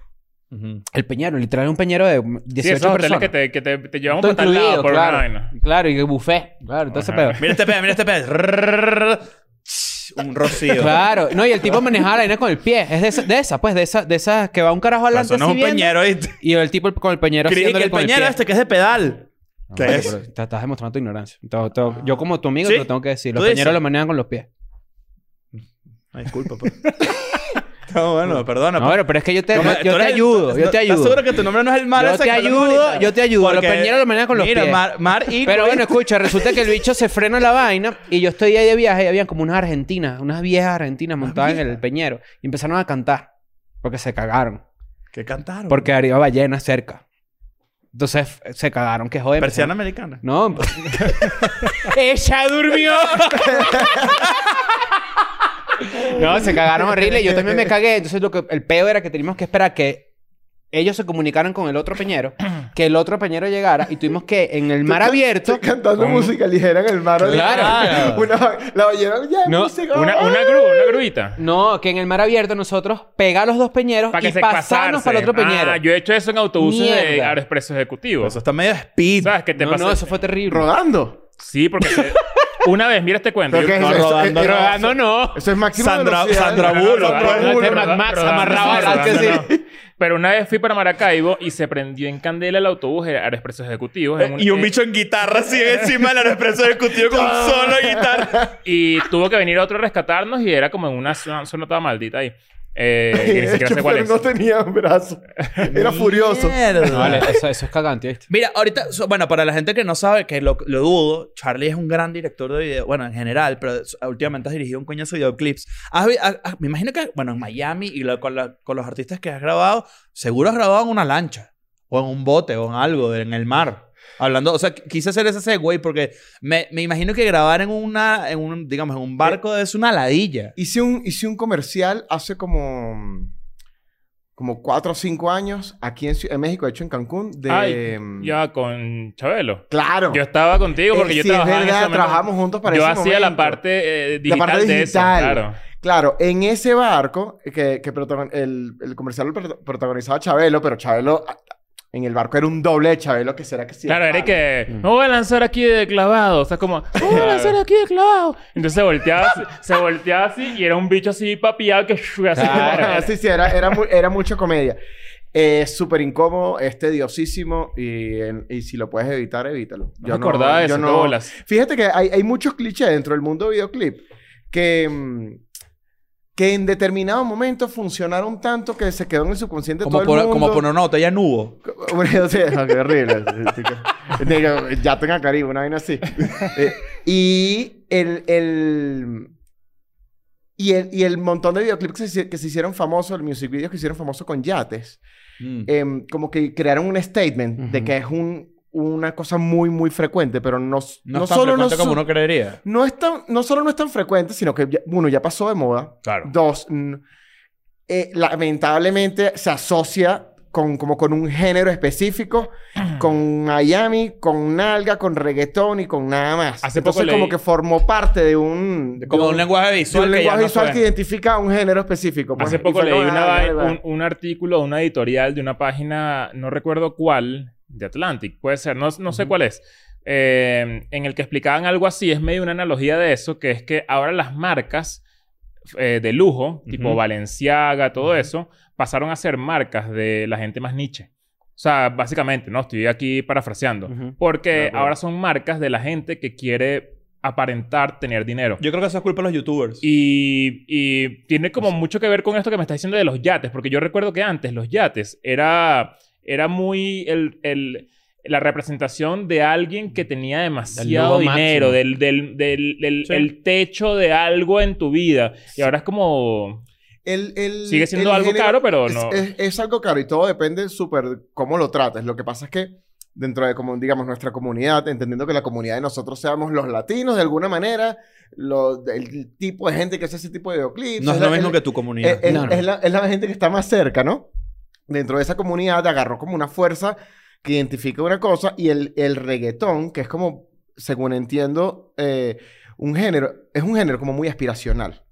Speaker 5: El peñero, literal, un peñero de
Speaker 2: Sí,
Speaker 5: 18
Speaker 2: esos hoteles
Speaker 5: personas.
Speaker 2: que te, que te, te llevan
Speaker 5: Todo
Speaker 2: por tal lado
Speaker 5: incluido,
Speaker 2: por
Speaker 5: claro.
Speaker 2: una vaina.
Speaker 5: Claro, y buffet. Claro, todo ese
Speaker 2: Ajá.
Speaker 5: pedo.
Speaker 3: Mira este pez, mira este pez. Rrrr. Ch, Un rocío.
Speaker 5: Claro, no, y el tipo manejaba la vaina con el pie. Es de esa, de esa pues, de esa, de esas que va un carajo
Speaker 3: Pero
Speaker 5: adelante.
Speaker 3: Eso no es
Speaker 5: así
Speaker 3: un
Speaker 5: viendo,
Speaker 3: peñero, ¿viste?
Speaker 5: Y el tipo con el peñero
Speaker 3: Creí que
Speaker 5: haciéndole
Speaker 3: el
Speaker 5: con
Speaker 3: peñero
Speaker 5: el pie.
Speaker 3: este que es de pedal.
Speaker 5: No,
Speaker 3: ¿Qué
Speaker 5: vale,
Speaker 3: es?
Speaker 5: pero te- estás demostrando tu ignorancia. Te- te- yo como tu amigo
Speaker 3: ¿Sí?
Speaker 5: te lo tengo que decir. Los
Speaker 3: ¿Tú dices?
Speaker 5: peñeros lo manejan con los pies.
Speaker 3: Ay, disculpa, pues. No, bueno, perdona.
Speaker 5: No,
Speaker 3: pues.
Speaker 5: bueno, pero es que yo te,
Speaker 3: No,
Speaker 5: yo,
Speaker 3: me-
Speaker 5: yo
Speaker 3: tú
Speaker 5: te
Speaker 3: eres-
Speaker 5: ayudo,
Speaker 3: tú-
Speaker 5: yo
Speaker 3: ¿estás
Speaker 5: te ayudo.
Speaker 3: seguro que tu nombre no es el mar
Speaker 5: Yo
Speaker 3: ese
Speaker 5: te
Speaker 3: que hablamos
Speaker 5: ayudo,
Speaker 3: ahorita?
Speaker 5: yo te ayudo. Los peñeros lo manejan con los
Speaker 3: mira,
Speaker 5: pies.
Speaker 3: Mar, mar y...
Speaker 5: Pero bueno, escucha, resulta que el bicho se frena la vaina y yo estoy ahí de viaje y habían como unas argentinas, unas viejas argentinas montadas en el peñero y empezaron a cantar porque se cagaron.
Speaker 3: ¿Qué cantaron?
Speaker 5: Porque había ballenas cerca. Entonces f- se cagaron, que joder.
Speaker 3: Persiana americana.
Speaker 5: No. ¡Ella durmió! no, se cagaron horrible. Yo también me cagué. Entonces, lo que, el peo era que teníamos que esperar que ellos se comunicaran con el otro peñero, que el otro peñero llegara y tuvimos que, en el mar abierto.
Speaker 1: Estoy cantando música ligera en el mar.
Speaker 5: Claro.
Speaker 1: Una- la ballena ya
Speaker 5: No,
Speaker 1: música.
Speaker 2: Una, una grúa, una gruita.
Speaker 5: No, que en el mar abierto nosotros pegar los dos peñeros
Speaker 2: Para que
Speaker 5: y
Speaker 2: se
Speaker 5: pasarnos
Speaker 2: pasarnos
Speaker 5: para el otro peñero.
Speaker 2: Ah, yo he hecho eso en autobuses de
Speaker 5: Mierda.
Speaker 2: aeroexpreso ejecutivo.
Speaker 3: Eso está medio speed.
Speaker 2: ¿Sabes qué te
Speaker 5: no,
Speaker 2: pasa?
Speaker 5: no, eso fue terrible.
Speaker 1: Rodando.
Speaker 2: Sí, porque se- una vez, mira este cuento.
Speaker 1: Creo que
Speaker 2: yo-
Speaker 1: es-
Speaker 2: Ah, no,
Speaker 1: es-
Speaker 3: rodando
Speaker 1: es-
Speaker 3: no.
Speaker 1: rodando
Speaker 5: No, no.
Speaker 1: Eso es máximo
Speaker 3: Sandra-
Speaker 1: velocidad.
Speaker 3: Sandra Bullock.
Speaker 1: Sandra
Speaker 2: Rodando,
Speaker 1: Bullock.
Speaker 5: Este Mad Max
Speaker 2: rodando,
Speaker 5: amarrado
Speaker 2: rodando,
Speaker 5: adelante,
Speaker 2: rodando,
Speaker 5: sí.
Speaker 2: no. Pero una vez fui para Maracaibo y se prendió en candela el autobús de Aeroexpreso Ejecutivo. en
Speaker 3: Eh, Y un bicho en guitarra así encima del expreso ejecutivo con un solo de guitarra.
Speaker 2: Y tuvo que venir otro a rescatarnos y era como en una zona, zona toda maldita ahí. Eh, que ni
Speaker 1: El
Speaker 2: siquiera sé cuál
Speaker 1: chofer
Speaker 2: es.
Speaker 1: no tenía brazo. Era furioso.
Speaker 5: No, vale, eso, eso es cagante, ¿viste?
Speaker 3: Mira, ahorita, so- bueno, para la gente que no sabe, que lo, lo dudo, Charlie es un gran director de video, bueno, en general, pero s- últimamente has dirigido un coñazo de videoclips. Has vi- has- has- me imagino que, bueno, en Miami y lo- con, la- con los artistas que has grabado, seguro has grabado en una lancha, o en un bote, o en algo, en el mar. Hablando, o sea, qu- quise hacer ese segue porque me, me imagino que grabar en una, en un, digamos, en un barco es una ladilla.
Speaker 1: Hice un, hice un comercial hace como, como cuatro o cinco años aquí en, Ciu- en México, hecho en Cancún. De, mm,
Speaker 2: Ay, ya con Chabelo.
Speaker 1: Claro.
Speaker 2: Yo estaba contigo porque
Speaker 1: Eh,
Speaker 2: yo
Speaker 1: sí,
Speaker 2: trabajaba
Speaker 1: es
Speaker 2: en
Speaker 1: verdad,
Speaker 2: ese momento.
Speaker 1: trabajamos juntos para
Speaker 2: Yo
Speaker 1: ese
Speaker 2: hacía la
Speaker 1: momento.
Speaker 2: parte eh, digital
Speaker 1: parte
Speaker 2: de eso,
Speaker 1: digital.
Speaker 2: claro.
Speaker 1: Claro, en ese barco, que, que protagon- el, el comercial lo prota- protagonizaba Chabelo, pero Chabelo a- en el barco era un doble de Chabelo, que será que sí. Ah,
Speaker 2: Claro, era que
Speaker 5: Mm.
Speaker 2: no voy a lanzar aquí de clavado. O sea, como, no voy a lanzar aquí de clavado. Entonces se volteaba, así- se volteaba así y era un bicho así papiado que así.
Speaker 1: sí, sí, era, era, mu- era mucha comedia. Es súper incómodo, es tediosísimo y, en- y si lo puedes evitar, evítalo.
Speaker 2: No me acordaba de
Speaker 1: yo
Speaker 2: eso, qué bolas.
Speaker 1: Fíjate que hay, hay muchos clichés dentro del mundo videoclip que, mm, que en determinado momento funcionaron tanto que se quedó en el subconsciente de
Speaker 3: Como,
Speaker 1: todo
Speaker 3: por,
Speaker 1: el mundo.
Speaker 3: como poner una botella en nubo.
Speaker 1: Bueno, o sea, no, qué horrible. Sí, sí, que- Digo, ya tenga cariño, una vaina así. Eh, y el, el- y el y el montón de videoclips que se, hici- que se hicieron famosos, el music videos que se hicieron famosos con yates,
Speaker 3: Mm.
Speaker 1: em, como que crearon un statement de
Speaker 5: Ujú.
Speaker 1: que es un, una cosa muy, muy frecuente, pero no,
Speaker 3: no
Speaker 1: no
Speaker 3: es tan
Speaker 1: solo no,
Speaker 3: frecuente
Speaker 1: su-
Speaker 3: como uno creería.
Speaker 1: no es tan, no solo no es tan frecuente, sino que ya- uno ya pasó de moda.
Speaker 3: Claro.
Speaker 1: Dos, mm, eh, lamentablemente se asocia con, como con un género específico, con Miami, con Nalga, con reggaetón y con nada más.
Speaker 2: Hace poco
Speaker 1: Entonces,
Speaker 2: leí-
Speaker 1: como que formó parte de un...
Speaker 3: Como
Speaker 1: de
Speaker 3: un lenguaje
Speaker 1: de un
Speaker 3: visual. que ya
Speaker 1: lenguaje
Speaker 3: no
Speaker 1: visual
Speaker 3: suena.
Speaker 1: que identifica un género específico. pues.
Speaker 2: Hace
Speaker 1: Y
Speaker 2: poco
Speaker 1: fue
Speaker 2: leí
Speaker 1: como,
Speaker 2: una
Speaker 1: ah,
Speaker 2: vaina-
Speaker 1: dale,
Speaker 2: un, un artículo, una editorial de una página, no recuerdo cuál, de Atlantic, puede ser, no, no sé cuál es, eh, en el que explicaban algo así, es medio una analogía de eso, que es que ahora las marcas eh, de lujo, tipo
Speaker 3: Ujú.
Speaker 2: Balenciaga, todo eso, pasaron a ser marcas de la gente más niche. O sea, básicamente, ¿no? Estoy aquí parafraseando.
Speaker 5: Ujú.
Speaker 1: De
Speaker 2: Porque
Speaker 1: acuerdo.
Speaker 2: ahora son marcas de la gente que quiere aparentar tener dinero.
Speaker 3: Yo creo que eso es culpa de los youtubers.
Speaker 2: Y, y tiene como mucho que ver con esto que me estás diciendo de los yates, porque yo recuerdo que antes los yates era, era muy el, el- la representación de alguien que tenía demasiado
Speaker 5: Del lujo
Speaker 2: dinero,
Speaker 5: máximo.
Speaker 2: del, del, del- del-
Speaker 3: Sí.
Speaker 2: el techo de algo en tu vida. Y ahora es como...
Speaker 1: El- el-
Speaker 2: Sigue siendo
Speaker 1: el
Speaker 2: algo caro, pero
Speaker 1: es-
Speaker 2: no-
Speaker 1: Es, es algo caro y todo depende súper cómo lo trates. Lo que pasa es que dentro de, como, digamos, nuestra comunidad, entendiendo que la comunidad de nosotros seamos los latinos de alguna manera, lo- el tipo de gente que hace ese tipo de videoclips.
Speaker 3: No es
Speaker 1: la-
Speaker 3: lo mismo
Speaker 1: el-
Speaker 3: que tu
Speaker 1: es,
Speaker 3: comunidad.
Speaker 1: es-
Speaker 5: No, no.
Speaker 1: es la, es la gente que está más cerca, ¿no? Dentro de esa comunidad agarró como una fuerza que identifica una cosa y el, el reggaetón, que es como, según entiendo, eh, un género, es un género como muy aspiracional.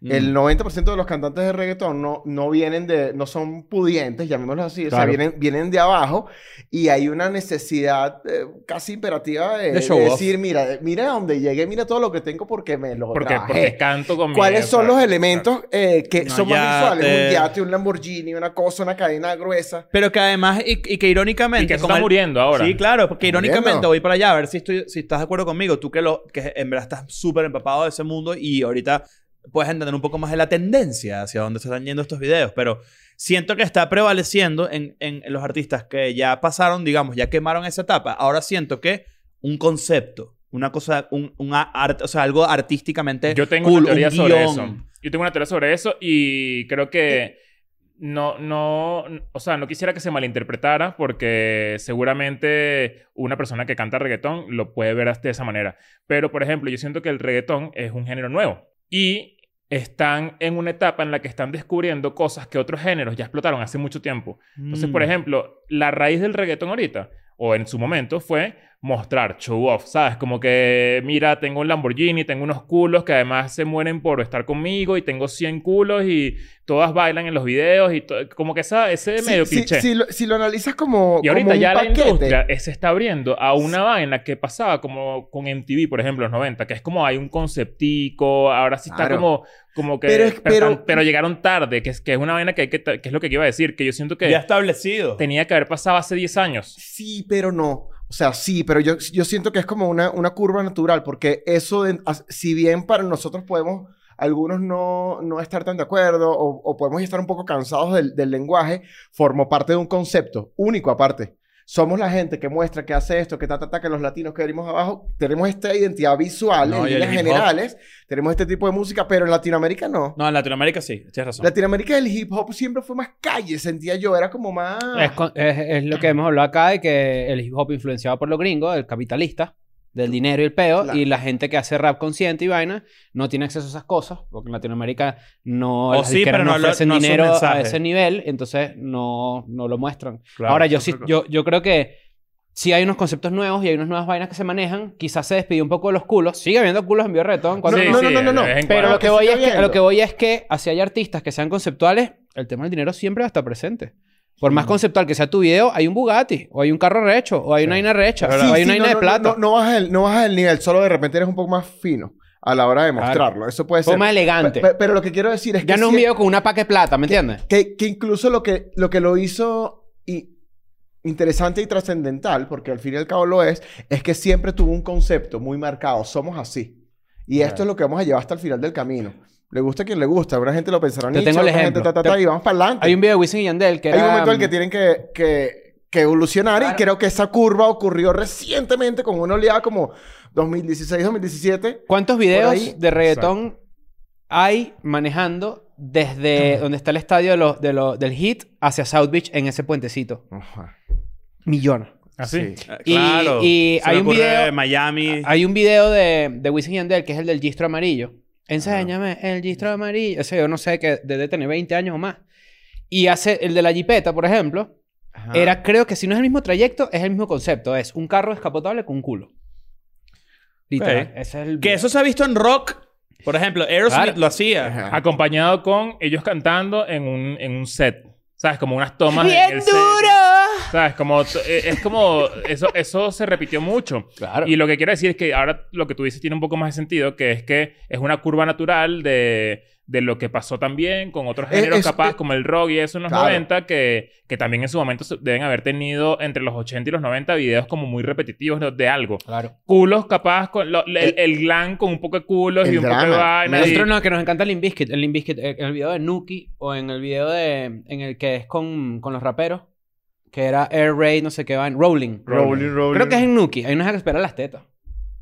Speaker 3: Mm.
Speaker 1: El 90% de los cantantes de reggaetón no, no vienen de, no son pudientes, llamémoslo así, o sea,
Speaker 5: Claro.
Speaker 1: vienen, vienen de abajo y hay una necesidad eh, casi imperativa de,
Speaker 3: De show
Speaker 1: de
Speaker 3: off.
Speaker 1: decir, mira, eh, mira a dónde llegué, mira todo lo que tengo porque me lo
Speaker 2: Porque,
Speaker 1: trabajé".
Speaker 2: porque canto con mi-
Speaker 1: ¿Cuáles
Speaker 2: o
Speaker 1: son
Speaker 2: sea,
Speaker 1: los elementos eh, que
Speaker 3: Un
Speaker 1: son más
Speaker 3: yate.
Speaker 1: visuales? Un yate, un Lamborghini, una cosa, una cadena gruesa.
Speaker 3: Pero que además, y, y que
Speaker 2: claro.
Speaker 3: irónicamente.
Speaker 2: Y que eso
Speaker 3: como
Speaker 2: está
Speaker 3: el-
Speaker 2: muriendo ahora.
Speaker 3: Sí, claro, porque
Speaker 1: Está
Speaker 3: irónicamente
Speaker 1: muriendo.
Speaker 3: voy para allá a ver si, estoy, si estás de acuerdo conmigo. Tú que, lo, que en verdad estás súper empapado de ese mundo y ahorita puedes entender un poco más de la tendencia hacia dónde se están yendo estos videos. Pero siento que está prevaleciendo en, en los artistas que ya pasaron, digamos, ya quemaron esa etapa. Ahora siento que un concepto, una cosa, un, una arte, o sea, algo artísticamente.
Speaker 2: Yo tengo
Speaker 3: cool,
Speaker 2: una teoría
Speaker 3: un
Speaker 2: sobre
Speaker 3: guión.
Speaker 2: eso. Yo tengo una teoría sobre eso y creo que no, no, o sea, no quisiera que se malinterpretara porque seguramente una persona que canta reggaetón lo puede ver hasta de esa manera. Pero, por ejemplo, yo siento que el reggaetón es un género nuevo y están en una etapa en la que están descubriendo cosas que otros géneros ya explotaron hace mucho tiempo. Entonces, por
Speaker 3: Mm.
Speaker 2: ejemplo, la raíz del reggaetón ahorita, o en su momento, fue mostrar, show off, ¿sabes? Como que, mira, tengo un Lamborghini, tengo unos culos que además se mueren por estar conmigo y tengo 100 culos y todas bailan en los videos y to- como que esa, ese Eh, medio
Speaker 1: si, si-
Speaker 2: cliché.
Speaker 1: si lo, si lo analizas como,
Speaker 2: Y ahorita
Speaker 1: como un
Speaker 2: ya
Speaker 1: paquete,
Speaker 2: la industria eh, se está abriendo a una vaina que pasaba como con MTV, por ejemplo, en los 90, que es como hay un conceptico, ahora sí está
Speaker 1: Claro.
Speaker 2: como, como que...
Speaker 1: Pero es- pero-
Speaker 2: tan- pero llegaron tarde, que es, que es una vaina que, hay que, ta- que es lo que iba a decir, que yo siento que
Speaker 3: Ya establecido.
Speaker 2: tenía que haber pasado hace 10 años.
Speaker 1: Sí, pero no. O sea, sí, pero yo, yo siento que es como una, una curva natural, porque eso, de- as- si bien para nosotros podemos, algunos no, no estar tan de acuerdo o, o podemos estar un poco cansados del, del lenguaje, formó parte de un concepto único aparte. Somos la gente que muestra que hace esto, que ta, ta, ta, que los latinos que venimos abajo, tenemos esta identidad visual
Speaker 3: No,
Speaker 1: en
Speaker 3: y el
Speaker 1: líneas
Speaker 3: hip hop.
Speaker 1: generales, tenemos este tipo de música, pero en Latinoamérica no.
Speaker 3: No, en Latinoamérica sí, tienes razón.
Speaker 1: Latinoamérica el hip hop siempre fue más calle, sentía yo, era como más...
Speaker 3: Ah.
Speaker 5: Es, con- es- es lo que hemos hablado acá de que el hip hop influenciado por los gringos, el capitalista, del dinero y el peo,
Speaker 1: Claro.
Speaker 5: y la gente que hace rap consciente y vaina, no tiene acceso a esas cosas, porque en Latinoamérica no,
Speaker 3: O
Speaker 5: las
Speaker 3: sí,
Speaker 5: disqueras
Speaker 3: pero no lo-
Speaker 5: ofrecen
Speaker 3: no es un
Speaker 5: dinero a
Speaker 3: mensaje.
Speaker 5: ese nivel, entonces no, no lo muestran.
Speaker 3: Claro,
Speaker 5: Ahora, yo sí,
Speaker 3: otra cosa.
Speaker 5: yo, yo creo que sí hay unos conceptos nuevos y hay unas nuevas vainas que se manejan, quizás se despidió un poco de los culos, sigue habiendo culos en Bioretón, cuando
Speaker 1: No,
Speaker 5: no-
Speaker 1: no, no, no, no,
Speaker 2: de vez en
Speaker 5: pero
Speaker 2: cuando.
Speaker 5: lo que,
Speaker 1: que
Speaker 5: voy
Speaker 1: siga
Speaker 5: es que, a
Speaker 1: habiendo.
Speaker 5: lo que voy es que, así hay artistas que sean conceptuales, el tema del dinero siempre va a estar presente. Por más conceptual que sea tu video, hay un Bugatti, o hay un carro recho, o hay una vaina recha,
Speaker 1: Sí,
Speaker 5: o hay
Speaker 1: sí,
Speaker 5: una vaina
Speaker 1: no,
Speaker 5: de
Speaker 1: no,
Speaker 5: plata.
Speaker 1: No, no, bajas el, no bajas el nivel, solo de repente eres un poco más fino. a la hora de mostrarlo. Eso puede ser.
Speaker 5: Forma elegante.
Speaker 1: Pe- pe- pero lo que quiero decir es
Speaker 5: Ya
Speaker 1: que,
Speaker 5: no es un
Speaker 1: sí-
Speaker 5: video con una paca de plata, ¿me entiendes?
Speaker 1: que, que incluso lo que, lo que lo hizo y- interesante y trascendental, porque al fin y al cabo lo es, es que siempre tuvo un concepto muy marcado. Somos así. Y esto es lo que vamos a llevar hasta el final del camino. Le gusta a quien le gusta. Habrá gente que lo pensará
Speaker 5: Te
Speaker 1: Nietzsche,
Speaker 5: tengo el
Speaker 1: otra gente,
Speaker 5: ejemplo.
Speaker 1: ta, ta, ta,
Speaker 5: Te-
Speaker 1: y vamos para adelante.
Speaker 5: Hay un video de Wisin y Yandel que
Speaker 1: Hay
Speaker 5: era...
Speaker 1: un
Speaker 5: mm,
Speaker 1: momento en el que tienen que, que- que evolucionar y
Speaker 5: Claro.
Speaker 1: creo que esa curva ocurrió recientemente con una oleada como 2016-2017.
Speaker 5: ¿Cuántos
Speaker 1: Por
Speaker 5: videos
Speaker 1: ahí.
Speaker 5: de reggaetón hay manejando desde donde está el estadio de los- de los- del Hit hacia South Beach en ese puentecito? Millones.
Speaker 2: Así.
Speaker 5: Y-
Speaker 3: claro.
Speaker 5: y
Speaker 3: Se
Speaker 5: hay
Speaker 3: me
Speaker 5: un
Speaker 3: ocurre
Speaker 5: video- Ah,
Speaker 3: Miami.
Speaker 5: Hay un video de, de Wisin y Yandel que es el del gistro amarillo. Enséñame el gistro amarillo. Ese yo no sé que debe tener 20 años o más. Y hace el de la jipeta, por ejemplo. Era, creo que si no es el mismo trayecto, es el mismo concepto. Es un carro descapotable con un culo. Literal.
Speaker 3: Ok.
Speaker 5: Ese es el...
Speaker 3: Que eso se ha visto en rock. Por ejemplo, Aerosmith
Speaker 5: Claro.
Speaker 3: lo hacía.
Speaker 1: Ah,
Speaker 2: Acompañado con ellos cantando en un, en un set. ¿Sabes? Como unas tomas. en
Speaker 5: ¡Bien
Speaker 2: el set.
Speaker 5: duro!
Speaker 2: ¿Sabes? Como, t- eh, es como. Eso, eso se repitió mucho.
Speaker 5: Claro.
Speaker 2: Y lo que quiero decir es que ahora lo que tú dices tiene un poco más de sentido, que es que es una curva natural de, de lo que pasó también con otros
Speaker 1: Es-
Speaker 2: géneros,
Speaker 1: es-
Speaker 2: capaz,
Speaker 1: es-
Speaker 2: como el rock y eso en los
Speaker 1: Claro.
Speaker 2: 90, que, que también en su momento se- deben haber tenido entre los 80 y los 90 videos como muy repetitivos de, de algo.
Speaker 5: Claro.
Speaker 2: Culos, capaz, con lo- el, el glam con un poco de culos
Speaker 1: El
Speaker 2: y un poco de
Speaker 1: drama.
Speaker 2: vaina. y-
Speaker 5: Nosotros no, que nos encanta el Limbiskit. El Limbiskit, en el video de Nuki o en el video de... En el que es con, con los raperos. Que era Air Raid, no sé qué va. Rolling.
Speaker 1: Rolling, rolling.
Speaker 5: Creo que es en Nuki. Ahí nos deja que esperar las tetas.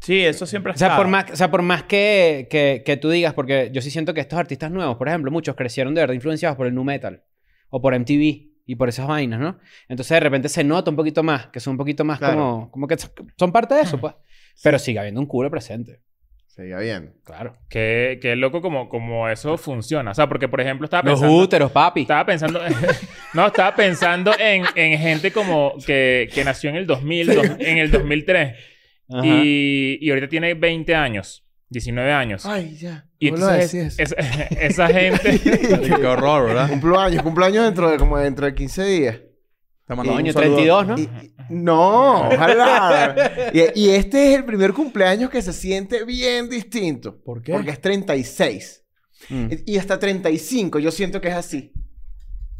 Speaker 3: Sí, eso siempre ha
Speaker 5: O sea,
Speaker 3: estado.
Speaker 5: por más, o sea, por más que, que, que tú digas, porque yo sí siento que estos artistas nuevos, por ejemplo, muchos crecieron de verdad influenciados por el nu metal o por MTV y por esas vainas, ¿no? Entonces de repente se nota un poquito más, que son un poquito más
Speaker 1: Claro.
Speaker 5: como, como que son parte de eso, pues. Pero sigue habiendo un culo presente.
Speaker 1: Seguía bien.
Speaker 5: Claro.
Speaker 2: Qué, qué loco como, como eso funciona. O sea, porque, por ejemplo, estaba
Speaker 5: Los
Speaker 2: pensando...
Speaker 5: úteros, papi.
Speaker 2: Estaba pensando... no, estaba pensando en, en gente como... Que, que nació en el 2000, dos- en el 2003.
Speaker 5: Ajá.
Speaker 2: Y, y ahorita tiene 20 años, 19 años.
Speaker 1: Ay, ya.
Speaker 2: y
Speaker 1: ¿Cómo lo
Speaker 2: entonces
Speaker 1: decís?
Speaker 2: es- esa gente...
Speaker 3: Qué horror, ¿verdad?
Speaker 1: Cumplo años, cumpleaños dentro de como dentro de 15 días.
Speaker 3: Te mandamos
Speaker 5: Coño,
Speaker 3: un saludo.
Speaker 5: 32, ¿no?
Speaker 1: Y- y- no, ojalá. Y, y este es el primer cumpleaños que se siente bien distinto.
Speaker 3: ¿Por qué?
Speaker 1: Porque es 36.
Speaker 5: Mm.
Speaker 1: Y y hasta 35 yo siento que es así.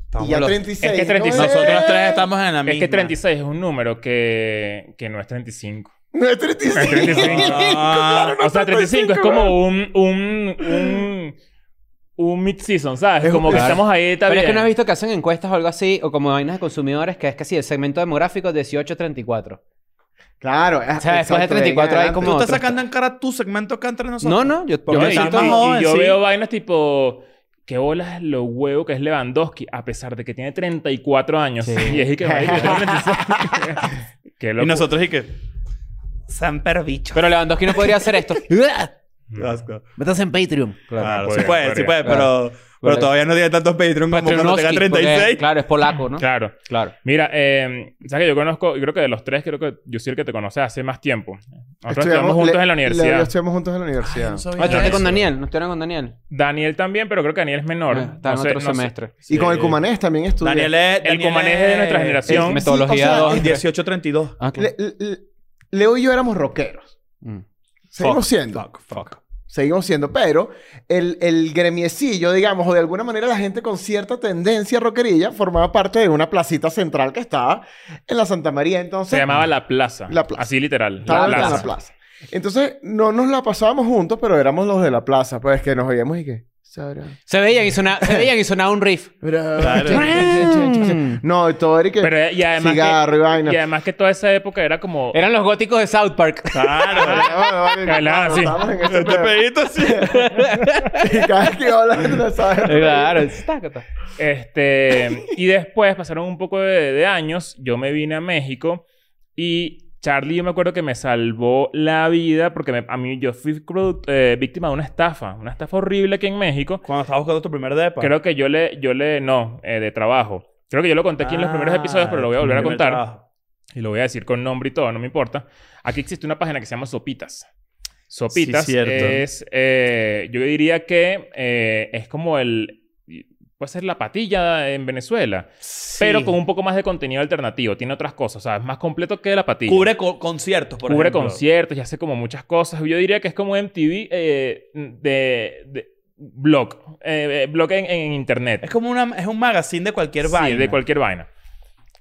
Speaker 3: Estamos
Speaker 1: y ya
Speaker 3: los-
Speaker 1: 36.
Speaker 2: es que
Speaker 1: ¿no? Eh,
Speaker 2: 36.
Speaker 3: Nosotros tres estamos en la misma.
Speaker 2: es que 36 es un número que, que no es 35.
Speaker 1: No es 35.
Speaker 2: Es 35.
Speaker 3: Ah,
Speaker 2: o sea, 35 es como un... un, un un mid-season, ¿sabes?
Speaker 1: Es un-
Speaker 2: como que
Speaker 1: Claro.
Speaker 2: estamos ahí, está
Speaker 5: Pero
Speaker 2: bien.
Speaker 5: es que no has visto que hacen encuestas o algo así, o como vainas de consumidores, que es que sí, el segmento demográfico 18-34.
Speaker 1: Claro.
Speaker 3: eh,
Speaker 5: O sea, después de 34 hay
Speaker 3: Tú
Speaker 5: como...
Speaker 3: estás
Speaker 5: otros-
Speaker 3: sacando en cara tu segmento acá entre nosotros.
Speaker 5: No, no, yo,
Speaker 3: Porque
Speaker 5: yo me
Speaker 2: y-
Speaker 3: está
Speaker 5: siento-
Speaker 3: más
Speaker 2: y-
Speaker 3: joven,
Speaker 2: y yo
Speaker 3: sí.
Speaker 2: veo vainas tipo... Qué bolas lo huevo que es Lewandowski, a pesar de que tiene 34 años. Y es que... marico, yo tengo 36. Qué
Speaker 3: Y
Speaker 2: loco.
Speaker 3: nosotros y que... Samper bicho.
Speaker 5: Pero Lewandowski no podría hacer esto.
Speaker 3: Asco.
Speaker 5: Métanse en Patreon.
Speaker 3: Claro,
Speaker 2: podría,
Speaker 3: sí puede, sí
Speaker 2: podría.
Speaker 3: puede,
Speaker 5: Claro.
Speaker 3: pero... Pero todavía no tiene tantos Patreon como cuando tenga
Speaker 5: Patreonovski,
Speaker 3: 36.
Speaker 5: porque, claro, es polaco, ¿no?
Speaker 2: Claro.
Speaker 5: Claro.
Speaker 2: Mira, eh, sabes que yo conozco, yo creo que de los tres, creo que yo soy el que te conoce hace más tiempo. Nosotros estuvimos juntos en la universidad.
Speaker 1: Estuvimos juntos en la universidad.
Speaker 3: No sabía
Speaker 5: Ah, estudiaste
Speaker 3: eso.
Speaker 5: con Daniel, no estuvieron con Daniel.
Speaker 2: Daniel también, pero creo que Daniel es menor.
Speaker 5: Ah, Está en
Speaker 2: No sé-
Speaker 5: otro
Speaker 2: no sé.
Speaker 5: semestre.
Speaker 1: Y con el Cumanés también estudié.
Speaker 3: Daniel es...
Speaker 2: El Cumanés
Speaker 3: Daniel
Speaker 2: es de nuestra generación.
Speaker 1: Sí,
Speaker 5: Metodología
Speaker 1: o sea,
Speaker 5: 2.
Speaker 1: es-
Speaker 3: 1832.
Speaker 5: Ah, claro.
Speaker 1: Le- le- Leo y yo éramos rockeros.
Speaker 5: Mm.
Speaker 1: Seguimos siendo.
Speaker 3: Fuck, fuck.
Speaker 1: Seguimos siendo. Pero el, el gremiecillo, digamos, o de alguna manera la gente con cierta tendencia rockerilla formaba parte de una placita central que estaba en la Santa María. Entonces,
Speaker 2: Se llamaba La Plaza.
Speaker 1: La Plaza.
Speaker 2: Así literal.
Speaker 1: Estaba en la plaza. Entonces, no nos la pasábamos juntos, pero éramos los de la plaza. Pues que nos veíamos y que... "Sabrá".
Speaker 5: Se veían y sonaba, se veían y sonaba un riff. Eran
Speaker 1: No, y todo era y que...
Speaker 2: Pero, eh, y además
Speaker 1: cigarro y
Speaker 2: que,
Speaker 1: vaina.
Speaker 2: y además que toda esa época era como...
Speaker 5: los góticos de South Park.
Speaker 3: Claro.
Speaker 1: Vale, vale, vale.
Speaker 2: Claro, sí.
Speaker 1: Estamos en este
Speaker 3: Este
Speaker 1: pedo.
Speaker 3: pedito sí.
Speaker 1: Y cada vez que hablan, no sabes.
Speaker 2: Este, y después pasaron un poco de, de años, yo me vine a México y Charlie yo me acuerdo que me salvó la vida porque me- a mí yo fui produ- eh, víctima de una estafa, una estafa horrible aquí en México.
Speaker 3: Cuando estabas buscando tu primer depa.
Speaker 2: Creo que yo le, yo le, no, eh, de trabajo. Creo que yo lo conté aquí en los
Speaker 3: Ah,
Speaker 2: primeros episodios, pero lo voy a volver a contar. Y lo voy a decir con nombre y todo, no me importa. Aquí existe una página que se llama Sopitas. Sopitas
Speaker 3: Sí, cierto.
Speaker 2: es, eh, yo diría que eh, es como el, Puede ser La Patilla en Venezuela. Pero con un poco más de contenido alternativo. Tiene otras cosas. O sea, es más completo que La Patilla.
Speaker 3: Cubre co- conciertos, por
Speaker 2: Cubre
Speaker 3: ejemplo.
Speaker 2: conciertos y hace como muchas cosas. Yo diría que es como MTV eh, de, de blog. Eh, eh, blog en, en internet.
Speaker 3: Es como una, es un magazine de cualquier
Speaker 2: Sí,
Speaker 3: vaina.
Speaker 2: de cualquier vaina.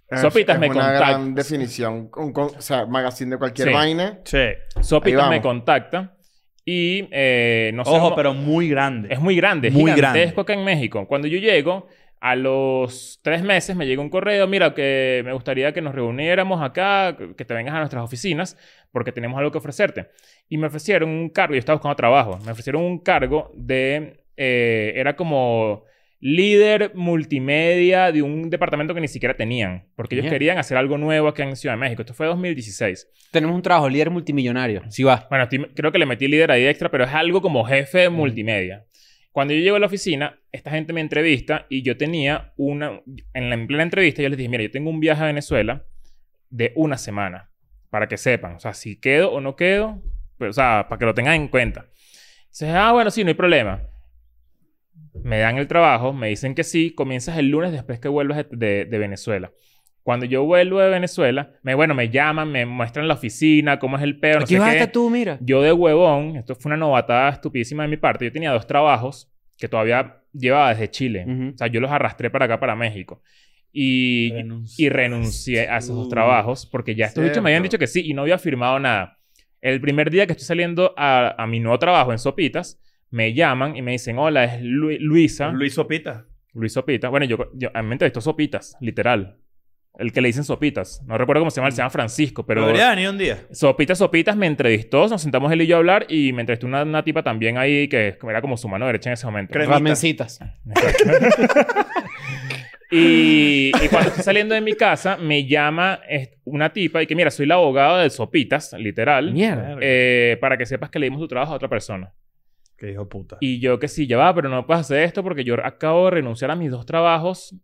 Speaker 1: Es-
Speaker 2: Sopitas
Speaker 1: es
Speaker 2: me
Speaker 1: una
Speaker 2: contacta.
Speaker 1: gran definición. un con- o sea, magazine de cualquier
Speaker 2: Sí.
Speaker 1: vaina.
Speaker 3: Sí.
Speaker 2: Sopitas
Speaker 1: vamos.
Speaker 2: me contacta. Y eh, no sé
Speaker 3: Ojo,
Speaker 2: cómo-
Speaker 3: pero muy grande.
Speaker 2: Es muy grande, es
Speaker 3: Muy grande.
Speaker 2: gigantesco acá en México. Cuando yo llego, a los tres meses me llega un correo, mira, que me gustaría que nos reuniéramos acá, que te vengas a nuestras oficinas, porque tenemos algo que ofrecerte. Y me ofrecieron un cargo, yo estaba buscando trabajo, me ofrecieron un cargo de, eh, era como líder multimedia de un departamento que ni siquiera tenían, porque ellos
Speaker 5: Bien.
Speaker 2: querían hacer algo nuevo acá en Ciudad de México. Esto fue 2016.
Speaker 5: Tenemos un trabajo, líder multimillonario. Si va.
Speaker 2: Bueno, estoy- creo que le metí líder ahí extra, pero es algo como jefe de multimedia. Cuando yo llego a la oficina, esta gente me entrevista y yo tenía una... En la en plena entrevista yo les dije, mira, yo tengo un viaje a Venezuela de una semana, para que sepan. O sea, si quedo o no quedo, pero, o sea, para que lo tengan en cuenta. Dices, ah, bueno, sí, no hay problema. Me dan el trabajo, me dicen que sí, comienzas el lunes después que vuelvas de- de- de Venezuela. Cuando yo vuelvo de Venezuela, me, bueno, me llaman, me muestran la oficina, cómo es el pedo, no
Speaker 5: Aquí
Speaker 2: sé
Speaker 5: vas
Speaker 2: qué.
Speaker 5: hasta tú, mira.
Speaker 2: Yo de huevón, esto fue una novatada estupidísima de mi parte. Yo tenía dos trabajos que todavía llevaba desde Chile.
Speaker 5: Ujú.
Speaker 2: O sea, yo los arrastré para acá, para México. Y,
Speaker 3: Renuncia.
Speaker 2: y renuncié a esos dos
Speaker 3: Uh,
Speaker 2: trabajos porque ya estos bichos me habían
Speaker 1: cierto.
Speaker 2: dicho que sí y no había firmado nada. El primer día que estoy saliendo a, a mi nuevo trabajo en Sopitas, me llaman y me dicen, hola, es Lu- Luisa.
Speaker 3: Luis Sopita.
Speaker 2: Luis Sopitas. Bueno, yo, yo a mí me entrevistó Sopitas, literal. El que le dicen Sopitas. No recuerdo cómo se llama, él se llama Francisco, pero...
Speaker 3: Debería venir un día.
Speaker 2: Sopitas, Sopitas me entrevistó, nos sentamos él y yo a hablar y me entrevistó una, una tipa también ahí que era como su mano derecha en ese momento.
Speaker 3: Cremita.
Speaker 5: Ramencitas.
Speaker 2: Y, y cuando estoy saliendo de mi casa, me llama es- una tipa y que, mira, soy la abogada de Sopitas, literal.
Speaker 5: Mierda.
Speaker 2: eh, para que sepas que le dimos tu trabajo a otra persona.
Speaker 3: Que hijo de puta.
Speaker 2: Y yo que sí, ya va, pero no puedes hacer esto porque yo acabo de renunciar a mis dos trabajos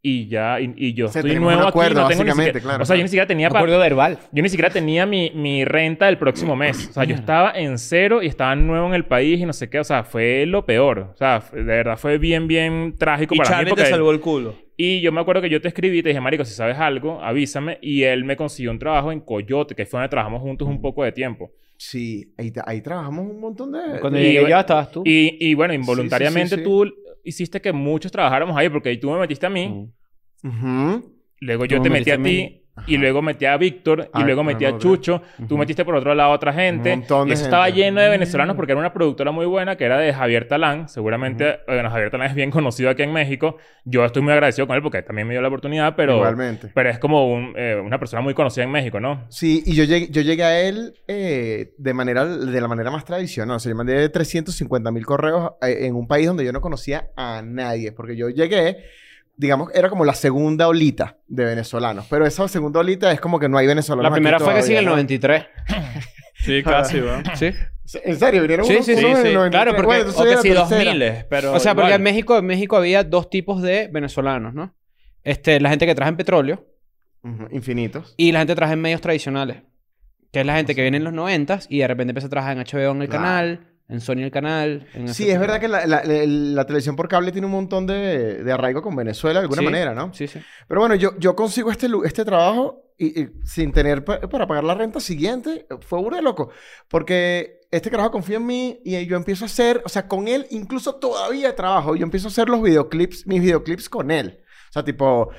Speaker 2: y ya, y, y yo
Speaker 1: O sea,
Speaker 2: estoy
Speaker 1: tenemos
Speaker 2: nuevo
Speaker 1: un
Speaker 2: aquí.
Speaker 1: acuerdo,
Speaker 2: no tengo ni
Speaker 1: básicamente,
Speaker 2: siquiera-
Speaker 1: claro.
Speaker 2: O sea, yo ni siquiera tenía pa-
Speaker 5: Acuerdo verbal.
Speaker 2: yo ni siquiera tenía mi, mi renta del próximo mes. O sea, yo
Speaker 5: Mierda.
Speaker 2: estaba en cero y estaba nuevo en el país y no sé qué. O sea, fue lo peor. O sea, f- de verdad fue bien, bien trágico
Speaker 3: Y
Speaker 2: para mí.
Speaker 3: Charlie te
Speaker 2: porque-
Speaker 3: salvó el culo.
Speaker 2: Y yo me acuerdo que yo te escribí y te dije, Marico, si sabes algo, avísame. Y él me consiguió un trabajo en Coyote, que fue donde trabajamos juntos un poco de tiempo.
Speaker 1: Sí, ahí, ta- ahí trabajamos un montón de...
Speaker 5: Cuando
Speaker 2: Y-
Speaker 5: llegué yo estabas tú.
Speaker 2: Y, y bueno, involuntariamente
Speaker 1: sí, sí.
Speaker 2: tú hiciste que muchos trabajáramos ahí porque tú me metiste a mí.
Speaker 5: Mm.
Speaker 1: Ujú.
Speaker 2: Luego
Speaker 5: Tú
Speaker 2: yo te
Speaker 5: me
Speaker 2: metí a
Speaker 5: metiste a
Speaker 2: ti y luego metí a Víctor y
Speaker 1: Ah,
Speaker 2: luego
Speaker 1: ah,
Speaker 2: metí
Speaker 1: no,
Speaker 2: a
Speaker 1: ok.
Speaker 2: Chucho. Tú
Speaker 5: Ujú.
Speaker 2: metiste por otro lado a otra gente.
Speaker 1: Un montón
Speaker 2: y
Speaker 1: de
Speaker 2: eso estaba
Speaker 1: gente.
Speaker 2: lleno de venezolanos porque era una productora muy buena que era de Javier Talán. Seguramente, bueno, Javier Talán es bien conocido aquí en México. Yo estoy muy agradecido con él porque también me dio la oportunidad, pero,
Speaker 1: Igualmente.
Speaker 2: pero es como un, eh, una persona muy conocida en México, ¿no?
Speaker 1: Sí, y yo llegué, yo llegué a él eh, de, manera, de la manera más tradicional. O sea, yo mandé 350 mil correos eh, en un país donde yo no conocía a nadie. Porque yo llegué, digamos, era como la segunda olita de venezolanos. Pero esa segunda olita es como que no hay venezolanos.
Speaker 5: La primera
Speaker 1: aquí
Speaker 5: fue que sí en el
Speaker 1: todavía,
Speaker 5: 93.
Speaker 3: Sí, casi, weón.
Speaker 5: Sí.
Speaker 1: ¿no? ¿En serio? ¿Vinieron
Speaker 5: Sí,
Speaker 1: unos,
Speaker 5: sí,
Speaker 1: unos
Speaker 5: sí,
Speaker 1: en el
Speaker 3: sí.
Speaker 1: 93?
Speaker 5: Claro, porque-
Speaker 1: Bueno, entonces
Speaker 3: O
Speaker 1: era
Speaker 3: que
Speaker 1: la
Speaker 3: sí, dos
Speaker 1: tercera.
Speaker 3: miles, pero.
Speaker 5: O sea, porque
Speaker 3: igual.
Speaker 5: en México, en México había dos tipos de venezolanos, ¿no? Este, la gente que traje en petróleo
Speaker 1: Ujú, infinitos.
Speaker 5: y la gente que traje en medios tradicionales. Que es la gente que viene en los 90 y de repente empieza a trabajar en HBO en el
Speaker 1: Claro.
Speaker 5: canal, en Sony en el canal. en
Speaker 1: Sí,
Speaker 5: ese
Speaker 1: es
Speaker 5: tipo.
Speaker 1: verdad que la, la- la- la televisión por cable tiene un montón de, de arraigo con Venezuela de alguna
Speaker 5: Sí.
Speaker 1: manera, ¿no?
Speaker 5: Sí, sí.
Speaker 1: Pero bueno, yo, yo consigo este, lu- este trabajo y, y sin tener pa- para pagar la renta siguiente. Fue burda de loco. Porque este carajo confía en mí y yo empiezo a hacer, o sea, con él incluso todavía trabajo. Yo empiezo a hacer los videoclips, mis videoclips con él. O sea, tipo,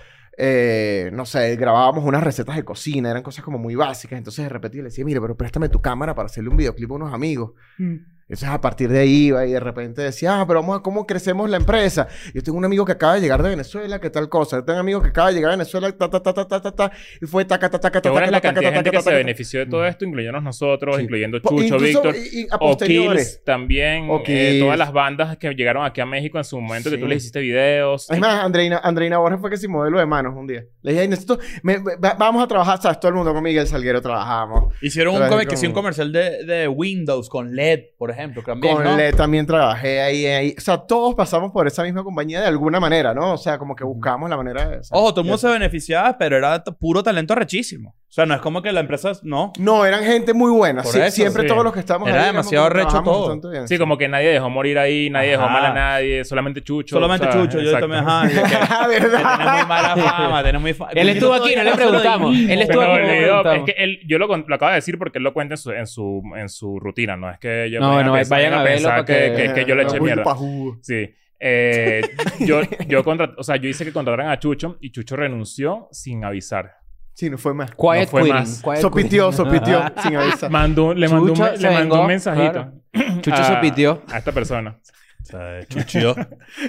Speaker 1: eh, no sé, grabábamos unas recetas de cocina, eran cosas como muy básicas. Entonces de repente yo le decía, mira, pero préstame tu cámara para hacerle un videoclip a unos amigos. Entonces a partir de ahí iba y de repente decía, ah, pero vamos a cómo crecemos la empresa. Yo tengo un amigo que acaba de llegar de Venezuela, que tal cosa. Yo tengo un amigo que acaba de llegar de Venezuela, ta, ta, ta, ta, ta, ta, ta. Y fue taca, ta, taca, ta, ta,
Speaker 2: Que ahora es la
Speaker 1: taca,
Speaker 2: cantidad de
Speaker 1: taca,
Speaker 2: gente
Speaker 1: taca,
Speaker 2: que se
Speaker 1: taca,
Speaker 2: benefició de todo esto, incluyéndonos nosotros,
Speaker 1: Mm. Sí.
Speaker 2: incluyendo
Speaker 1: Po-
Speaker 2: Chucho,
Speaker 1: incluso,
Speaker 2: Víctor.
Speaker 1: y- y a
Speaker 2: O
Speaker 1: posteriores.
Speaker 2: Kills también.
Speaker 1: O
Speaker 2: eh,
Speaker 1: Kills.
Speaker 2: todas las bandas que llegaron aquí a México en su momento, que tú
Speaker 1: Sí.
Speaker 2: les hiciste videos.
Speaker 1: Es más, Andreina, Andreina Borges fue que sí modelo de manos un día. Le dije, ay, necesito, me- me- va- vamos a trabajar, ¿sabes? Todo el mundo con Miguel Salguero trabajamos.
Speaker 3: Hicieron un,
Speaker 1: Pero es
Speaker 3: comer- que sí, un
Speaker 1: como-
Speaker 3: comercial de, de Windows con LED, por ejemplo. También,
Speaker 1: con
Speaker 3: ¿no?
Speaker 1: Le también trabajé ahí, ahí. O sea, todos pasamos por esa misma compañía de alguna
Speaker 3: Oh.
Speaker 1: manera, ¿no? O sea, como que buscamos la manera de...
Speaker 3: Ojo, todo el mundo se beneficiaba, pero era t- puro talento rechísimo. O sea, no es como que la empresa... No.
Speaker 1: No, eran gente muy buena.
Speaker 3: Por
Speaker 1: Sí,
Speaker 3: eso,
Speaker 1: siempre
Speaker 2: sí.
Speaker 1: todos los que estábamos
Speaker 3: Era
Speaker 1: éramos
Speaker 3: demasiado
Speaker 1: como-
Speaker 3: recho
Speaker 1: trabajamos
Speaker 3: todo.
Speaker 1: bastante bien,
Speaker 2: Sí, como que nadie dejó morir ahí, nadie dejó
Speaker 3: Ajá.
Speaker 2: mal a nadie, solamente Chucho.
Speaker 3: Solamente
Speaker 2: o sea,
Speaker 3: Chucho. Yo
Speaker 2: exacto.
Speaker 3: también... Ajá. y de que-
Speaker 1: Ah,
Speaker 3: que tiene muy
Speaker 1: ¿verdad?
Speaker 3: mala fama, tiene muy fa-
Speaker 5: Él estuvo aquí, no le preguntamos. Él estuvo
Speaker 2: Pero
Speaker 5: aquí, no
Speaker 2: olvidó,
Speaker 5: le
Speaker 2: es
Speaker 5: preguntamos.
Speaker 2: que él, yo lo, con- lo acabo de decir porque él lo cuenta en su, en su, en su rutina, ¿no? Es que yo
Speaker 5: No,
Speaker 2: vayan
Speaker 5: no,
Speaker 2: pensar-
Speaker 5: vayan a verlo
Speaker 2: pensar
Speaker 5: porque-
Speaker 2: que, que- que yo le eché
Speaker 1: Uy,
Speaker 2: mierda.
Speaker 1: pajú.
Speaker 2: Sí. Eh, yo, yo, contra- o sea, yo hice que contrataran a Chucho y Chucho renunció sin avisar.
Speaker 1: Sí, no fue más.
Speaker 5: Quiet
Speaker 2: No fue
Speaker 5: quitting,
Speaker 2: más.
Speaker 5: quiet
Speaker 1: Sopitió,
Speaker 5: quitting.
Speaker 1: sopitió, sin avisar.
Speaker 2: Mandó, le, mandó un,
Speaker 5: Chucho
Speaker 2: me-
Speaker 5: se
Speaker 2: le mandó
Speaker 5: vengó,
Speaker 2: un mensajito.
Speaker 5: claro. Chucho
Speaker 2: a-
Speaker 5: sopitió.
Speaker 2: A esta persona.
Speaker 3: Se chuchió.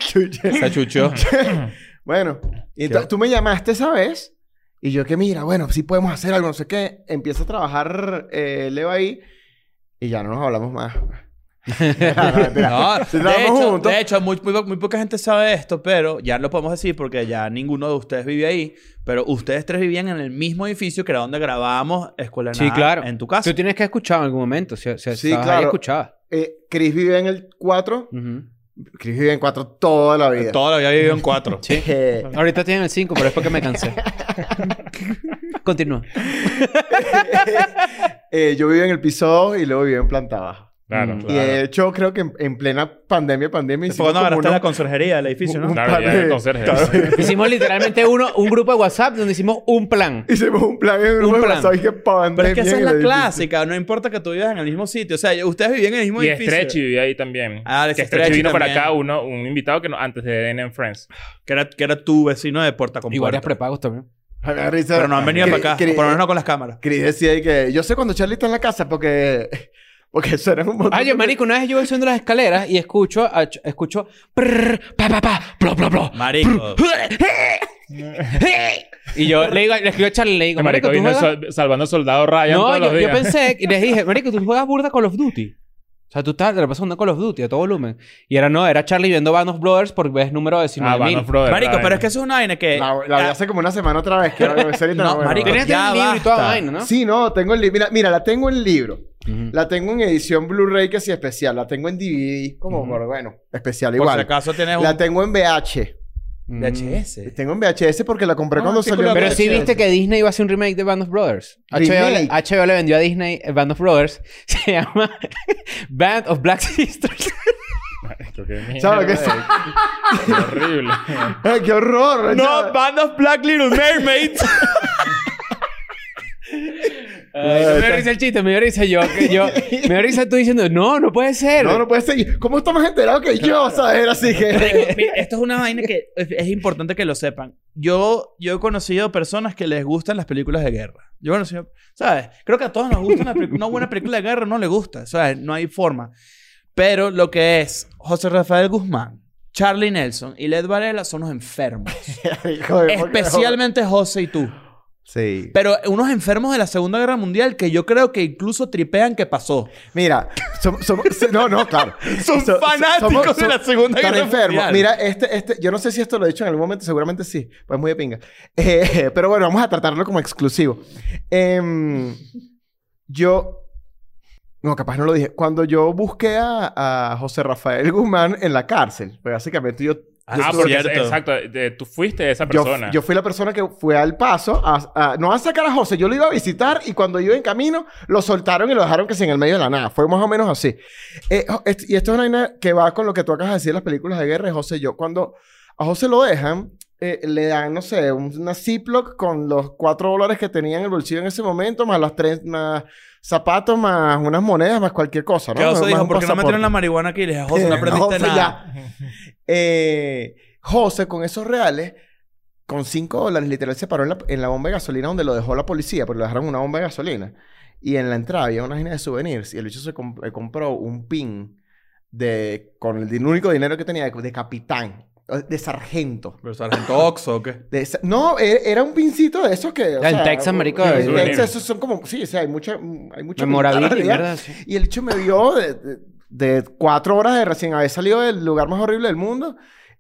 Speaker 1: Chuche.
Speaker 3: Se chuchió.
Speaker 1: Bueno, y entonces tú me llamaste esa vez y yo que mira, bueno, sí podemos hacer algo, no sé qué. Empieza a trabajar eh, Leo ahí y ya no nos hablamos más. No, no, mentira.
Speaker 3: No,
Speaker 1: Si
Speaker 3: de
Speaker 1: trabajamos
Speaker 3: hecho,
Speaker 1: juntos.
Speaker 3: de hecho muy, muy po- muy poca gente sabe esto, pero ya lo podemos decir porque ya ninguno de ustedes vive ahí. Pero ustedes tres vivían en el mismo edificio que era donde grabábamos Escuela de
Speaker 5: Sí,
Speaker 3: Nada
Speaker 5: claro.
Speaker 3: en tu casa.
Speaker 5: Tú tienes que escuchar en algún momento. Si, si
Speaker 1: Sí,
Speaker 5: sí, claro.
Speaker 1: claro.
Speaker 5: Ahí escuchabas.
Speaker 1: Eh, Chris vive en el 4.
Speaker 5: Ujú.
Speaker 1: Chris vive en 4 toda la vida.
Speaker 3: Todo lo había vivido en cuatro.
Speaker 1: Eh,
Speaker 5: Ahorita tienen el 5, pero es porque me cansé. Continúa.
Speaker 1: eh, yo vivía en el piso 2 y luego vivía en planta baja.
Speaker 2: Claro,
Speaker 3: Mm.
Speaker 1: Y de
Speaker 2: claro.
Speaker 1: hecho, creo que en, en plena pandemia, pandemia,
Speaker 3: Fue cuando
Speaker 1: como
Speaker 3: agarraste
Speaker 1: unos-
Speaker 3: la conserjería del edificio, ¿no?
Speaker 1: un-
Speaker 2: Claro, ya
Speaker 1: padre.
Speaker 2: el conserje.
Speaker 5: Hicimos literalmente uno, un grupo de WhatsApp donde hicimos un plan.
Speaker 1: Hicimos un plan en
Speaker 5: Un
Speaker 1: grupo de
Speaker 5: plan.
Speaker 1: WhatsApp y que pandemia.
Speaker 3: Pero es que esa
Speaker 1: en
Speaker 3: es la
Speaker 1: el edificio.
Speaker 3: clásica. No importa que tú vivas en el mismo sitio. O sea, yo- ustedes vivían en el mismo
Speaker 2: Y
Speaker 3: edificio.
Speaker 2: Stretchy vivía ahí también.
Speaker 3: Ah, Alex
Speaker 2: que Stretchy,
Speaker 3: Stretchy
Speaker 2: vino para
Speaker 3: también.
Speaker 2: acá uno, un invitado que no, antes de DN en Friends.
Speaker 3: Que era, que era tu vecino de puerta con
Speaker 5: Y varios
Speaker 3: puerta.
Speaker 5: prepagos también.
Speaker 1: Me da risa.
Speaker 3: Pero no han venido
Speaker 1: Cri-
Speaker 3: para acá.
Speaker 1: Cri-
Speaker 3: Por lo menos no con las cámaras.
Speaker 1: Chris decía ahí que yo sé cuando Charlie está en la casa porque porque suenan un montón.
Speaker 5: Ay, yo,
Speaker 1: de-
Speaker 5: marico, una vez yo voy subiendo las escaleras y escucho, a- escucho, prrr, pa, pa, pa, plo, plo, plo.
Speaker 3: Marico.
Speaker 5: Y yo le digo, le escribo a Charlie, le digo,
Speaker 2: Que Marico
Speaker 5: marico, tú
Speaker 2: vino el
Speaker 5: juegas...
Speaker 2: sol- salvando al soldado Ryan
Speaker 5: No,
Speaker 2: todos los
Speaker 5: yo, yo
Speaker 2: días.
Speaker 5: pensé, y les dije, marico, tú juegas burda Call of Duty. O sea, tú estás, te la pasas jugando Call of Duty a todo volumen. Y era no, era Charlie viendo Band of Brothers por vez número
Speaker 2: Ah,
Speaker 5: 19.000.
Speaker 2: Band of Brothers,
Speaker 3: Marico,
Speaker 2: Ryan.
Speaker 3: pero es que eso es una vaina que...
Speaker 1: La, la vi
Speaker 3: Ah,
Speaker 1: hace como una semana otra vez que la serie
Speaker 3: No, marico,
Speaker 5: Tenías
Speaker 3: Ya
Speaker 5: el libro y toda
Speaker 3: basta.
Speaker 5: vaina, ¿no?
Speaker 1: Sí, no, tengo el libro. Mira, mira, la tengo en libro.
Speaker 5: Ujú.
Speaker 1: La tengo en edición Blu-ray que sí especial. La tengo en DVD, como
Speaker 3: Ujú.
Speaker 1: por- bueno, especial
Speaker 3: Por
Speaker 1: igual.
Speaker 3: si acaso tienes un
Speaker 1: La Este, tengo en VH.
Speaker 5: Mm.
Speaker 3: VHS.
Speaker 1: Tengo en VHS porque la compré
Speaker 3: Ah,
Speaker 1: cuando salió en
Speaker 3: película,
Speaker 5: Pero
Speaker 1: VHS.
Speaker 5: sí viste que Disney iba a hacer un remake de Band of Brothers. HBO le,
Speaker 1: Remake.
Speaker 5: HBO le vendió a Disney eh, Band of Brothers. Se llama Band of Black Sisters.
Speaker 2: Marico, qué mierda,
Speaker 1: ¿Sabes qué?
Speaker 2: qué horrible.
Speaker 1: Ay, ¡Qué horror!
Speaker 3: No,
Speaker 1: ¿sabes?
Speaker 3: Band of Black Little Mermaids.
Speaker 5: Ay, no me dio risa el chiste, me dio risa yo. que yo me dio risa tú diciendo, no, no puede ser.
Speaker 1: No, no puede ser. ¿Cómo estamos enterados que yo, sabes? Era Así que...
Speaker 3: Mira, esto es una vaina que es, es importante que lo sepan. Yo, yo he conocido personas que les gustan las películas de guerra. Yo he conocido, ¿sabes? Creo que a todos nos gustan una, pelicu- una buena película de guerra, no le gusta, ¿sabes? No hay forma. Pero lo que es José Rafael Guzmán, Charlie Nelson y Led Varela son unos enfermos.
Speaker 1: Hijo de-
Speaker 3: Especialmente José y tú.
Speaker 1: Sí.
Speaker 3: Pero unos enfermos de la Segunda Guerra Mundial que yo creo que incluso tripean que pasó.
Speaker 1: Mira, som- som- se- no, no, claro.
Speaker 3: Son
Speaker 1: So- so-
Speaker 3: fanáticos
Speaker 1: somos-
Speaker 3: de la
Speaker 1: so-
Speaker 3: Segunda
Speaker 1: están
Speaker 3: Guerra
Speaker 1: enfermos.
Speaker 3: Mundial.
Speaker 1: Mira, este, este, yo no sé si esto lo he dicho en algún momento, seguramente sí. Pues muy de pinga. Eh, pero bueno, vamos a tratarlo como exclusivo. Em, yo. No, capaz no lo dije. Cuando yo busqué a, a José Rafael Guzmán en la cárcel, pues básicamente yo. yo
Speaker 2: Ah,
Speaker 1: estuve-
Speaker 2: porque
Speaker 3: cierto.
Speaker 2: exacto. de- tú fuiste esa
Speaker 1: yo,
Speaker 2: persona.
Speaker 1: yo fui la persona que fue al paso a, a- no a sacar a José, yo lo iba a visitar y cuando iba en camino lo soltaron y lo dejaron que se en el medio de la nada. Fue más o menos así. Eh, jo- est- y esto es una vaina que va con lo que tú acabas de decir de las películas de guerra, de José y yo. Cuando a José lo dejan, eh, le dan, no sé, un- una Ziploc con los cuatro dólares que tenía en el bolsillo en ese momento, más las tres, más zapatos, más unas monedas, más cualquier cosa, ¿no?
Speaker 3: Que José
Speaker 1: Más
Speaker 3: dijo,
Speaker 1: un
Speaker 3: ¿por qué no metieron
Speaker 1: pasaporte".
Speaker 3: la marihuana aquí? Y le dije, José, no
Speaker 1: Eh,
Speaker 3: aprendiste
Speaker 1: José,
Speaker 3: nada.
Speaker 1: ya. Eh, José, con esos reales, con 5 dólares, literal, se paró en la, en la bomba de gasolina donde lo dejó la policía, pero lo dejaron en una bomba de gasolina. Y en la entrada había una agenda de souvenirs y el bicho se comp- eh, compró un pin de, con el, din- único dinero que tenía de, de capitán, eh, de sargento.
Speaker 3: ¿Pero sargento Oxo o qué?
Speaker 1: De esa- no, e- era un pincito de esos que. o
Speaker 5: Ah, En Texas,
Speaker 1: u-
Speaker 5: marico,
Speaker 1: En
Speaker 5: de-
Speaker 1: Texas, esos son como. Sí, o sea, hay mucha. Hay mucha
Speaker 5: Memorabilia,
Speaker 1: mentalidad.
Speaker 5: ¿verdad? Sí.
Speaker 1: Y el hecho me vio de, de- de cuatro horas de recién haber salido del lugar más horrible del mundo.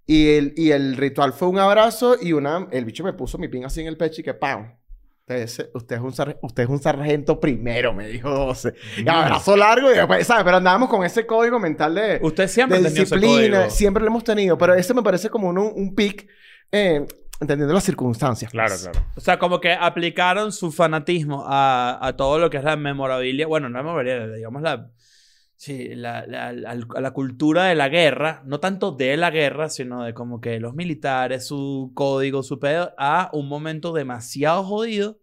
Speaker 1: Y el, y el ritual fue un abrazo y una... El bicho me puso mi pin así en el pecho y que ¡pam! Usted es, usted es un, sar- usted es un sargento primero, me dijo José. Y abrazo largo y después, ¿sabes? Pero andábamos con ese código mental de...
Speaker 3: Usted siempre
Speaker 1: de
Speaker 3: tenía ese
Speaker 1: disciplina.
Speaker 3: código.
Speaker 1: Siempre lo hemos tenido. Pero ese me parece como un, un pic... eh, entendiendo las circunstancias.
Speaker 2: Claro,
Speaker 1: pues.
Speaker 2: claro.
Speaker 3: O sea, como que aplicaron su fanatismo a, a todo lo que es la memorabilia. Bueno, no la memorabilia, digamos la. Sí, la, la, la, a la cultura de la guerra, no tanto de la guerra, sino de como que los militares, su código, su pedo, a un momento demasiado jodido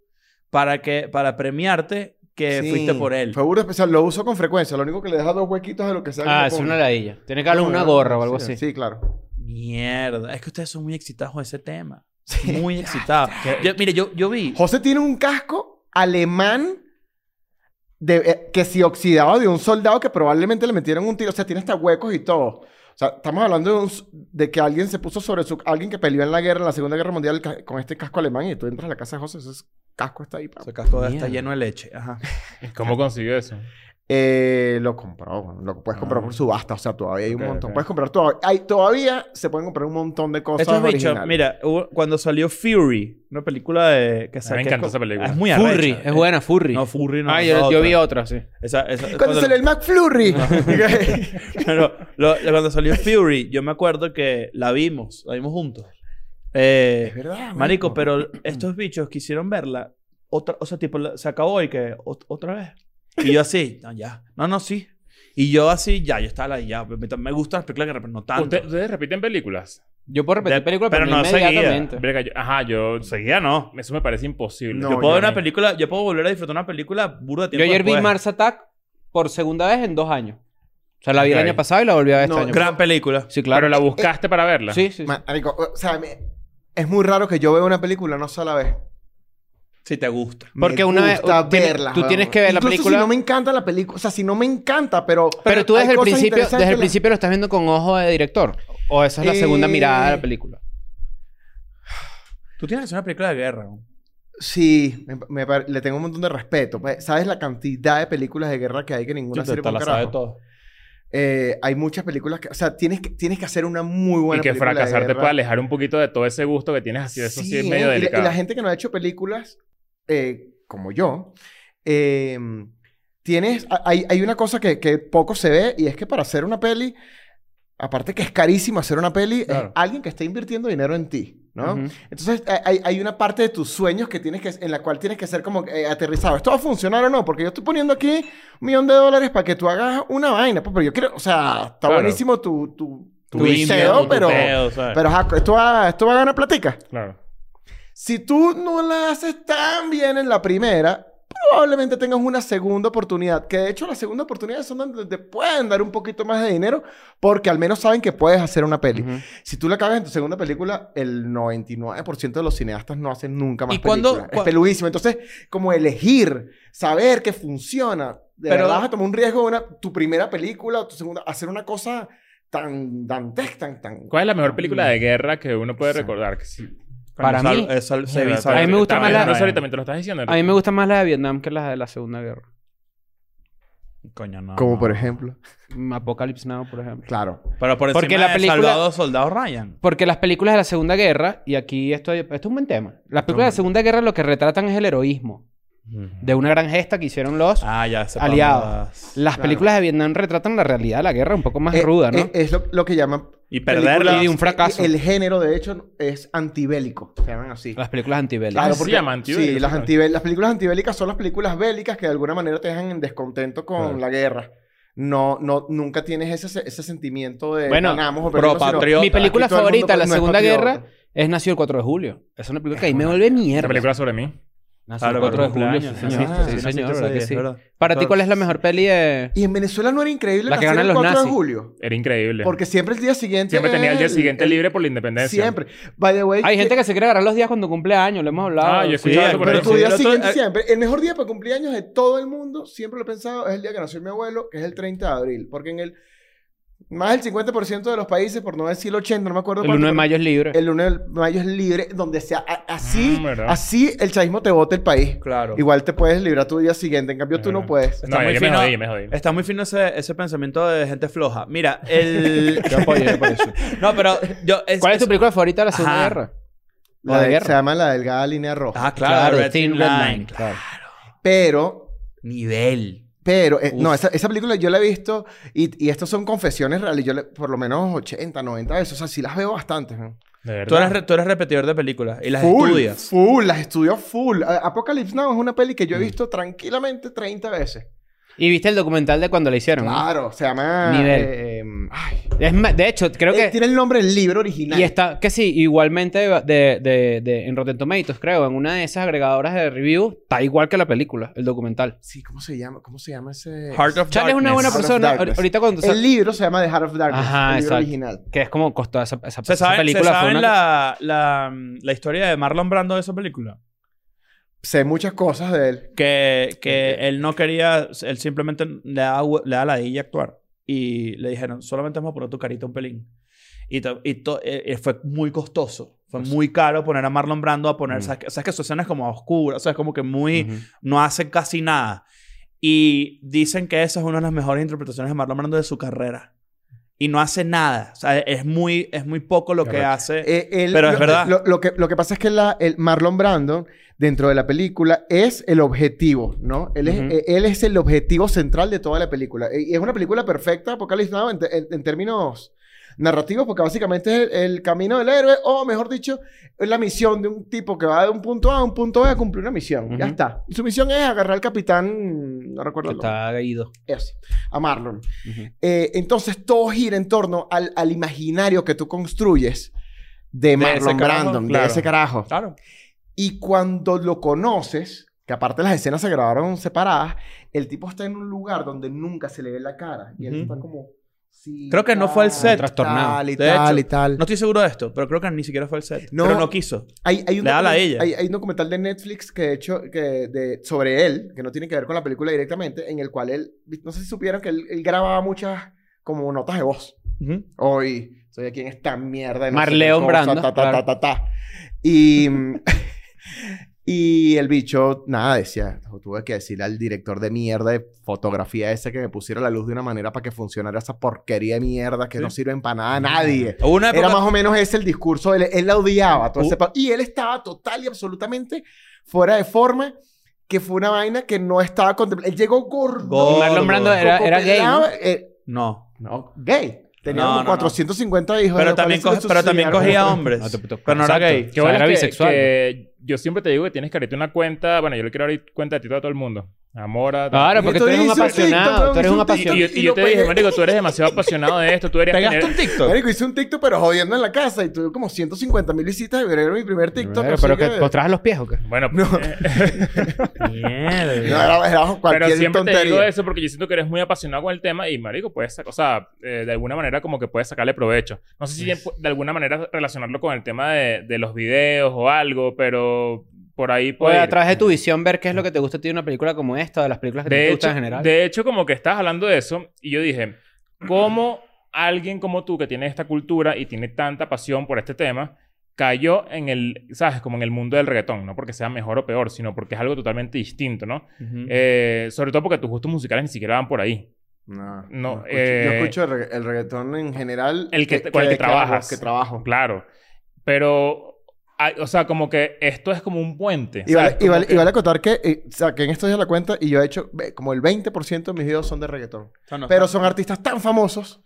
Speaker 3: para, que, para premiarte que
Speaker 1: Sí.
Speaker 3: fuiste por él.
Speaker 1: Fue burda especial, lo uso con frecuencia. Lo único que le deja dos huequitos de lo que sea. que
Speaker 5: Ah,
Speaker 1: le
Speaker 5: es
Speaker 1: ponga.
Speaker 5: una ladilla. Tiene que darle una gorra o algo así.
Speaker 1: Sí, claro.
Speaker 3: Mierda, es que ustedes son muy excitados con ese tema. Muy excitados. Yo- mire, yo, yo vi.
Speaker 1: José tiene un casco alemán de, eh, que se oxidaba de un soldado que probablemente le metieron un tiro. O sea, tiene hasta huecos y todo. O sea, estamos hablando de, un s- de que alguien se puso sobre su... Alguien que peleó en la guerra, en la Segunda Guerra Mundial, el ca- con este casco alemán y tú entras a la casa de José, ese es- casco está ahí. pa.
Speaker 3: Ese casco está
Speaker 5: Mierda.
Speaker 3: lleno de leche. Ajá.
Speaker 2: ¿Cómo consiguió eso?
Speaker 1: Eh, lo compró, bueno, lo puedes comprar
Speaker 2: Ah.
Speaker 1: por subasta. O sea, todavía hay un
Speaker 2: Ok,
Speaker 1: montón.
Speaker 2: ok.
Speaker 1: Puedes comprar todo. Hay, todavía se pueden comprar un montón de cosas
Speaker 3: Estos bichos,
Speaker 1: originales.
Speaker 3: mira, hubo- cuando salió Fury, una película de. Que
Speaker 2: A mí me encantó esa película.
Speaker 3: Es muy arrecha. eh.
Speaker 5: Furry, es buena, Furry.
Speaker 3: No, Furry no.
Speaker 5: ah,
Speaker 3: es
Speaker 5: yo,
Speaker 3: otra.
Speaker 5: yo vi otra, sí.
Speaker 3: Esa, esa-
Speaker 1: Cuando salió el McFlurry.
Speaker 3: Pero lo- lo- cuando salió Fury, yo me acuerdo que la vimos, la vimos juntos. Eh,
Speaker 1: es verdad.
Speaker 3: Marico, pero estos bichos quisieron verla. Otra, o sea, tipo, la- se acabó y que ot- otra vez. Y yo así, no, ya. No, no, sí. Y yo así, ya, yo estaba la ya. Me, me gustan las películas de guerra, pero no tanto.
Speaker 2: ¿Usted- ¿Ustedes repiten películas?
Speaker 5: Yo puedo repetir
Speaker 3: De-
Speaker 5: pelícuula,
Speaker 3: pero
Speaker 5: pero,
Speaker 3: no
Speaker 5: no
Speaker 3: seguía.
Speaker 5: inmediatamente.
Speaker 2: Verga, yo- ajá, yo...
Speaker 3: Seguida no.
Speaker 2: Eso me parece imposible.
Speaker 1: No,
Speaker 3: yo puedo ver
Speaker 2: a
Speaker 3: una
Speaker 2: mí-
Speaker 3: película, yo puedo volver a disfrutar una película burda de
Speaker 5: Yo
Speaker 3: tiempo
Speaker 5: ayer vi
Speaker 3: después.
Speaker 5: Mars Attack por segunda vez en dos años. O sea, la vi
Speaker 2: Ok.
Speaker 5: el año pasado y la volví a ver este
Speaker 1: No,
Speaker 5: año.
Speaker 3: Gran película.
Speaker 5: Sí, claro.
Speaker 2: ¿Pero
Speaker 1: Eh,
Speaker 2: la buscaste para verla?
Speaker 5: Sí, sí. sí.
Speaker 1: Marico, o sea, me- es muy raro que yo vea una película no sola vez.
Speaker 3: Si te gusta.
Speaker 1: Me
Speaker 5: Porque una vez-
Speaker 1: gusta
Speaker 5: tú tienes-
Speaker 1: verla,
Speaker 5: tú
Speaker 1: weón.
Speaker 5: tienes que ver la
Speaker 1: Incluso
Speaker 5: película-
Speaker 1: si no me encanta la película, o sea, si no me encanta, pero
Speaker 5: Pero tú
Speaker 1: hay
Speaker 5: desde el
Speaker 1: cosas
Speaker 5: principio,
Speaker 1: interesantes
Speaker 5: desde el
Speaker 1: en la-
Speaker 5: principio lo estás viendo con ojo de director. O esa es la segunda
Speaker 1: Eh,
Speaker 5: mirada de la película.
Speaker 3: Tú tienes que hacer una película de guerra. ¿no?
Speaker 1: Sí, me- me par- le tengo un montón de respeto. pues, ¿Sabes la cantidad de películas de guerra que hay que ninguna
Speaker 3: Tú te-
Speaker 1: sirve
Speaker 3: te
Speaker 1: para
Speaker 3: la
Speaker 1: un
Speaker 3: sabes
Speaker 1: carajo?
Speaker 3: todo.
Speaker 1: Eh, hay muchas películas que, o sea, tienes que, tienes que hacer una muy buena
Speaker 2: y que
Speaker 1: película de
Speaker 2: fracasarte
Speaker 1: guerra.
Speaker 2: puede alejar un poquito de todo ese gusto que tienes así. Eso sí, es
Speaker 1: ¿eh?
Speaker 2: medio
Speaker 1: Y la- y la,
Speaker 2: delicado.
Speaker 1: gente que no ha hecho películas, eh, como yo, eh, tienes, a- hay, hay una cosa que, que poco se ve y es que para hacer una peli, aparte que es carísimo hacer una peli, es
Speaker 2: Claro.
Speaker 1: alguien que está invirtiendo dinero en ti, ¿no?
Speaker 5: Ujú.
Speaker 1: Entonces hay- hay, hay una parte de tus sueños que tienes que, en la cual tienes que ser como eh, aterrizado. ¿Esto va a funcionar o no? Porque yo estoy poniendo aquí un millón de dólares para que tú hagas una vaina. pues, Pero yo quiero, o sea, está
Speaker 2: Claro.
Speaker 1: buenísimo tu, tu, tu,
Speaker 3: indio,
Speaker 1: deseo,
Speaker 3: tu
Speaker 1: pero,
Speaker 3: peo, ¿sabes?
Speaker 1: pero ajá, esto, va, esto va a ganar platica.
Speaker 2: Claro.
Speaker 1: Si tú no la haces tan bien en la primera, probablemente tengas una segunda oportunidad. Que de hecho las segundas oportunidades son donde te pueden dar un poquito más de dinero porque al menos saben que puedes hacer una peli.
Speaker 5: Ujú.
Speaker 1: Si tú la cagas en tu segunda película, el 99% de los cineastas no hacen nunca más
Speaker 3: ¿Y cuándo-
Speaker 1: películas.
Speaker 3: cua-
Speaker 1: Es peludísimo. Entonces, como elegir, saber que funciona. De
Speaker 3: Pero-
Speaker 1: verdad vas a tomar un riesgo de una, tu primera película o tu segunda, hacer una cosa tan dantesca, tan... tan
Speaker 2: ¿Cuál es la mejor película
Speaker 5: Mm.
Speaker 2: de guerra que uno puede
Speaker 1: Exacto.
Speaker 2: recordar? Que sí.
Speaker 5: Para
Speaker 3: Sal-
Speaker 5: mí-
Speaker 3: eh, sal- se-
Speaker 2: Sí,
Speaker 3: sal-
Speaker 5: A mí me gusta
Speaker 2: estaba
Speaker 5: más la-
Speaker 2: pensando eso ahorita mientras lo estás diciendo.
Speaker 5: A mí me gusta más la de Vietnam que la de la Segunda Guerra.
Speaker 3: Coño, no.
Speaker 1: Como
Speaker 3: no.
Speaker 1: por ejemplo.
Speaker 5: Apocalipsis Now, por ejemplo.
Speaker 1: Claro.
Speaker 3: Pero por encima
Speaker 5: Porque la
Speaker 3: de
Speaker 5: película-
Speaker 3: Salvado Soldado Ryan.
Speaker 5: Porque las películas de la Segunda Guerra, y aquí esto, esto es un buen tema. Las películas de la Segunda Guerra lo que retratan es el heroísmo de una gran gesta que hicieron los.
Speaker 3: Ah, ya. se
Speaker 5: Aliado.
Speaker 3: pasa.
Speaker 5: las
Speaker 1: claro.
Speaker 5: películas de Vietnam retratan la realidad de la guerra un poco más
Speaker 1: Eh,
Speaker 5: ruda, ¿no?
Speaker 1: eh, Es, lo, lo que llaman...
Speaker 3: Y
Speaker 1: películas- eh,
Speaker 3: perderla.
Speaker 5: Y de un fracaso.
Speaker 1: El, el género, de hecho, es antibélico. Se llaman así.
Speaker 5: las películas antibélicas.
Speaker 1: eh. Claro,
Speaker 2: se
Speaker 1: porque,
Speaker 2: llaman antibélicas,
Speaker 1: Sí, las,
Speaker 2: claro.
Speaker 1: antibé- las películas antibélicas son las películas bélicas que de alguna manera te dejan en descontento con
Speaker 2: Claro.
Speaker 1: la guerra. No, no, nunca tienes ese, se- ese sentimiento de
Speaker 5: Bueno,
Speaker 1: ganamos o
Speaker 3: pro
Speaker 1: perdimos. sino
Speaker 3: patriota.
Speaker 5: Mi película
Speaker 1: aquí todo el
Speaker 5: favorita
Speaker 1: mundo
Speaker 5: de la
Speaker 1: no es
Speaker 5: Segunda
Speaker 1: patriota.
Speaker 5: Guerra es Nacido el 4 de Julio. Es una película que ahí me vuelve mierda.
Speaker 2: Esta película sobre mí.
Speaker 5: Nacido
Speaker 3: Claro,
Speaker 5: el 4 de
Speaker 3: cuatro
Speaker 5: Julio, sí,
Speaker 3: cumpleaños.
Speaker 5: señor.
Speaker 3: Ah,
Speaker 5: Sí,
Speaker 3: sí,
Speaker 5: señor,
Speaker 3: sí, sí,
Speaker 5: ¿verdad que
Speaker 3: es
Speaker 5: sí?
Speaker 3: verdad.
Speaker 5: Para ti, ¿cuál es la mejor peli de...?
Speaker 1: Y en Venezuela no era increíble
Speaker 5: La que
Speaker 1: nacer
Speaker 5: ganan
Speaker 1: el
Speaker 5: los
Speaker 1: 4
Speaker 5: nazis.
Speaker 1: de julio.
Speaker 2: Era increíble.
Speaker 1: Porque siempre el día siguiente.
Speaker 2: siempre tenía el día siguiente
Speaker 1: el-
Speaker 2: libre por la independencia.
Speaker 1: Siempre. By the way.
Speaker 5: Hay gente que se quiere agarrar los días cuando cumple años, lo hemos hablado.
Speaker 2: Ah, yo he escuchado
Speaker 3: Sí,
Speaker 2: eso por
Speaker 1: Pero
Speaker 2: ahí.
Speaker 1: tu
Speaker 3: sí,
Speaker 1: día
Speaker 3: el otro-
Speaker 1: siguiente
Speaker 3: eh,
Speaker 1: siempre. El mejor día para cumpleaños de todo el mundo, siempre lo he pensado, es el día que nació mi abuelo, que es el 30 de abril. Porque en el. Más del 50% de los países, por no decir el 80, no me acuerdo
Speaker 5: El 1 de
Speaker 1: cuánto,
Speaker 5: mayo es libre.
Speaker 1: El 1 de mayo es libre, donde sea a- así,
Speaker 2: Mm, ¿verdad?
Speaker 1: así el chavismo te bota el país.
Speaker 3: Claro.
Speaker 1: Igual te puedes librar tu día siguiente, en cambio tú no
Speaker 2: Ajá.
Speaker 1: puedes.
Speaker 3: Está
Speaker 2: No,
Speaker 3: muy
Speaker 2: yo me
Speaker 3: fino.
Speaker 2: jodí, yo me jodí.
Speaker 3: Está muy fino ese, ese pensamiento de gente floja. Mira, el... no, pero yo... es-
Speaker 5: ¿Cuál es tu
Speaker 3: es-
Speaker 5: película favorita de la Segunda
Speaker 3: Ajá.
Speaker 5: Guerra?
Speaker 1: La
Speaker 5: La de
Speaker 1: de-
Speaker 5: guerra.
Speaker 1: se llama la delgada línea roja.
Speaker 3: Ah, claro.
Speaker 5: Claro,
Speaker 3: Red
Speaker 5: Thin
Speaker 3: Thin
Speaker 5: Red
Speaker 3: Line.
Speaker 5: Line, claro.
Speaker 1: Pero,
Speaker 3: Nivel.
Speaker 1: pero, eh, no,
Speaker 3: Uf.
Speaker 1: esa, esa película yo la he visto y, y estas son confesiones reales. Yo le- por lo menos 80, 90 veces, o sea, sí las veo bastante. ¿no?
Speaker 2: De verdad.
Speaker 3: Tú eres, re- tú eres repetidor de películas y las
Speaker 1: full,
Speaker 3: estudias.
Speaker 1: Full, las estudio full. A- Apocalypse Now es una peli que yo
Speaker 5: Mm.
Speaker 1: he visto tranquilamente 30 veces.
Speaker 5: Y viste el documental de cuando la hicieron. ¿no?
Speaker 1: Claro, se llama...
Speaker 5: Nivel.
Speaker 1: eh, em, ay,
Speaker 5: Es más, de hecho, creo
Speaker 1: eh,
Speaker 5: que...
Speaker 1: Tiene el nombre del libro original.
Speaker 5: Y está, que sí, igualmente de, de- de- de- en Rotten Tomatoes, creo, en una de esas agregadoras de review, está igual que la película, el documental.
Speaker 1: Sí, ¿cómo se llama? ¿Cómo se llama ese...?
Speaker 3: Heart of
Speaker 5: Charlie es una buena
Speaker 1: Heart of
Speaker 5: persona.
Speaker 1: Darkness.
Speaker 5: ahor- Ahorita cuando... sa-
Speaker 1: El libro se llama The Heart of Darkness.
Speaker 5: Ajá,
Speaker 1: el libro
Speaker 5: exacto.
Speaker 1: original.
Speaker 5: que es como costó esa, esa-
Speaker 3: ¿Se
Speaker 5: esa
Speaker 3: saben,
Speaker 5: película.
Speaker 3: ¿se
Speaker 5: fue
Speaker 3: saben
Speaker 5: una-
Speaker 3: la, la, la historia de Marlon Brando de esa película?
Speaker 1: Sé muchas cosas de él.
Speaker 3: Que,
Speaker 5: Eh,
Speaker 3: que él no quería, él simplemente le da, hue- le da la dilla actuar. Y le dijeron, solamente vamos a poner tu carita un pelín. Y, to- y to- eh, eh, fue muy costoso. Fue
Speaker 5: Pues
Speaker 3: muy caro poner a Marlon Brando a poner,
Speaker 5: Ujú.
Speaker 3: ¿sabes? que- sabes que su escena es como oscura, o sea, es como que muy,
Speaker 5: Ujú.
Speaker 3: no hace casi nada. Y dicen que esa es una de las mejores interpretaciones de Marlon Brando de su carrera. Y no hace nada. O sea, es muy, es muy poco lo que
Speaker 2: Correcto.
Speaker 3: hace.
Speaker 1: Eh, él-
Speaker 3: Pero es
Speaker 1: lo-
Speaker 3: verdad.
Speaker 1: Lo, lo que, lo que pasa es que la- el Marlon Brando, dentro de la película, es el objetivo, ¿no? Él es,
Speaker 5: Ujú.
Speaker 1: eh, él es el objetivo central de toda la película. Y es una película perfecta, Apocalypse Now, en, te- en- en términos narrativos, porque básicamente es el, el camino del héroe, o mejor dicho, es la misión de un tipo que va de un punto A a un punto B a cumplir una misión. Ya
Speaker 5: Ujú.
Speaker 1: está. Y su misión es agarrar al capitán, no recuerdo
Speaker 5: que
Speaker 1: el nombre.
Speaker 5: Está caído.
Speaker 1: Ese, a Marlon. Eh, entonces todo gira en torno al, al imaginario que tú construyes de Marlon
Speaker 3: ese carajo,
Speaker 1: Brandon,
Speaker 3: claro.
Speaker 1: de ese carajo.
Speaker 3: Claro.
Speaker 1: Y cuando lo conoces, que aparte las escenas se grabaron separadas, el tipo está en un lugar donde nunca se le ve la cara. Y él
Speaker 3: Ujú.
Speaker 1: está como... sí,
Speaker 3: Creo que no fue el
Speaker 1: tal,
Speaker 3: set.
Speaker 1: Tal y
Speaker 3: De
Speaker 1: tal
Speaker 3: hecho,
Speaker 1: y tal.
Speaker 3: No estoy seguro de esto, pero creo que ni siquiera fue el set.
Speaker 1: No.
Speaker 3: Pero no quiso.
Speaker 1: Hay, hay un
Speaker 3: Le da la
Speaker 1: document-
Speaker 3: ella.
Speaker 1: Hay, hay un documental de Netflix que he hecho que de, sobre él, que no tiene que ver con la película directamente, en el cual él, no sé si supieron que él, él grababa muchas como notas de voz. Hoy soy aquí en esta mierda. de no sé qué
Speaker 5: Marleon
Speaker 1: cosa,
Speaker 5: Brando,
Speaker 1: ta, ta,
Speaker 5: claro.
Speaker 1: ta, ta, ta. Y, y el bicho, nada, decía, tuve que decirle al director de mierda de fotografía ese que me pusiera la luz de una manera para que funcionara esa porquería de mierda que no sirven para nada a nadie.
Speaker 3: Hubo una época-
Speaker 1: Era más o menos ese el discurso. Él, él la odiaba. todo
Speaker 3: Uh.
Speaker 1: ese pa- y él estaba total y absolutamente fuera de forma. Que fue una vaina que no estaba contemplada. Él llegó gordo.
Speaker 3: Gordo.
Speaker 5: Marlon Brando era, era gay, ¿no?
Speaker 1: copelado, eh,
Speaker 3: No.
Speaker 1: no, gay. Tenía
Speaker 3: No,
Speaker 1: como
Speaker 3: no, no.
Speaker 1: 450 hijos. de
Speaker 3: Pero
Speaker 1: los
Speaker 3: también,
Speaker 1: cuales
Speaker 3: co- pero también
Speaker 1: suicidaron.
Speaker 3: cogía hombres.
Speaker 5: No te- te-
Speaker 3: pero no era
Speaker 5: exacto.
Speaker 3: gay.
Speaker 5: O sea,
Speaker 2: bueno
Speaker 5: era
Speaker 2: que-
Speaker 5: bisexual.
Speaker 2: que yo siempre te digo que tienes que abrirte una cuenta. Bueno, yo le quiero abrir cuenta de ti a todo el mundo. Amora. tal.
Speaker 5: Claro,
Speaker 1: Y
Speaker 5: porque
Speaker 1: esto
Speaker 5: tú eres un
Speaker 1: hice
Speaker 5: apasionado,
Speaker 1: TikTok,
Speaker 5: tú eres un
Speaker 1: hice
Speaker 2: Y, yo-
Speaker 5: apasionado.
Speaker 2: y yo,
Speaker 1: TikTok lo
Speaker 2: te dije,
Speaker 1: pegué.
Speaker 2: Marico, tú eres demasiado apasionado de esto. Tú eres
Speaker 3: ¿Pegaste un TikTok?
Speaker 1: Marico, hice un TikTok, pero jodiendo en la casa. Y tuve como 150 mil visitas. Y era mi primer TikTok.
Speaker 5: Pero,
Speaker 1: así
Speaker 5: pero que
Speaker 1: que-
Speaker 5: postrabas los pies o qué?
Speaker 2: Bueno,
Speaker 1: No. No,
Speaker 3: Mierda.
Speaker 1: era, era
Speaker 2: Pero
Speaker 1: cualquier
Speaker 2: siempre te digo
Speaker 1: tontería.
Speaker 2: eso porque yo siento que eres muy apasionado con el tema y, marico, puedes, sac- o sea, eh, de alguna manera como que puedes sacarle provecho. No sé si de-
Speaker 5: Pues.
Speaker 2: de alguna manera relacionarlo con el tema de, de los videos o algo, pero por ahí
Speaker 5: O
Speaker 2: puede
Speaker 5: a
Speaker 2: ir.
Speaker 5: través de tu visión ver qué es lo que te gusta a ti de una película como esta, de las películas que a ti
Speaker 2: De
Speaker 5: te gustan
Speaker 2: hecho,
Speaker 5: en general.
Speaker 2: de hecho, como que estás hablando de eso y yo dije, ¿cómo alguien como tú que tiene esta cultura y tiene tanta pasión por este tema cayó en el, sabes, como en el mundo del reggaetón? No porque sea mejor o peor, sino porque es algo totalmente distinto, ¿no? Eh, sobre todo porque tus gustos musicales ni siquiera van por ahí.
Speaker 1: No,
Speaker 2: No,
Speaker 1: escucho- Yo
Speaker 2: eh,
Speaker 1: escucho el, reg- el reggaetón en general.
Speaker 2: El que- con el que trabajas.
Speaker 1: Que trabajo.
Speaker 2: Claro. Pero, hay- o sea, como que esto es como un puente.
Speaker 1: Y
Speaker 2: ¿sabes?
Speaker 1: vale, y
Speaker 2: Como
Speaker 1: vale,
Speaker 2: que-
Speaker 1: y vale acotar que eh, saqué en estos días la cuenta y yo he hecho eh, como el 20% de mis videos son de reggaetón. Pero son artistas tan famosos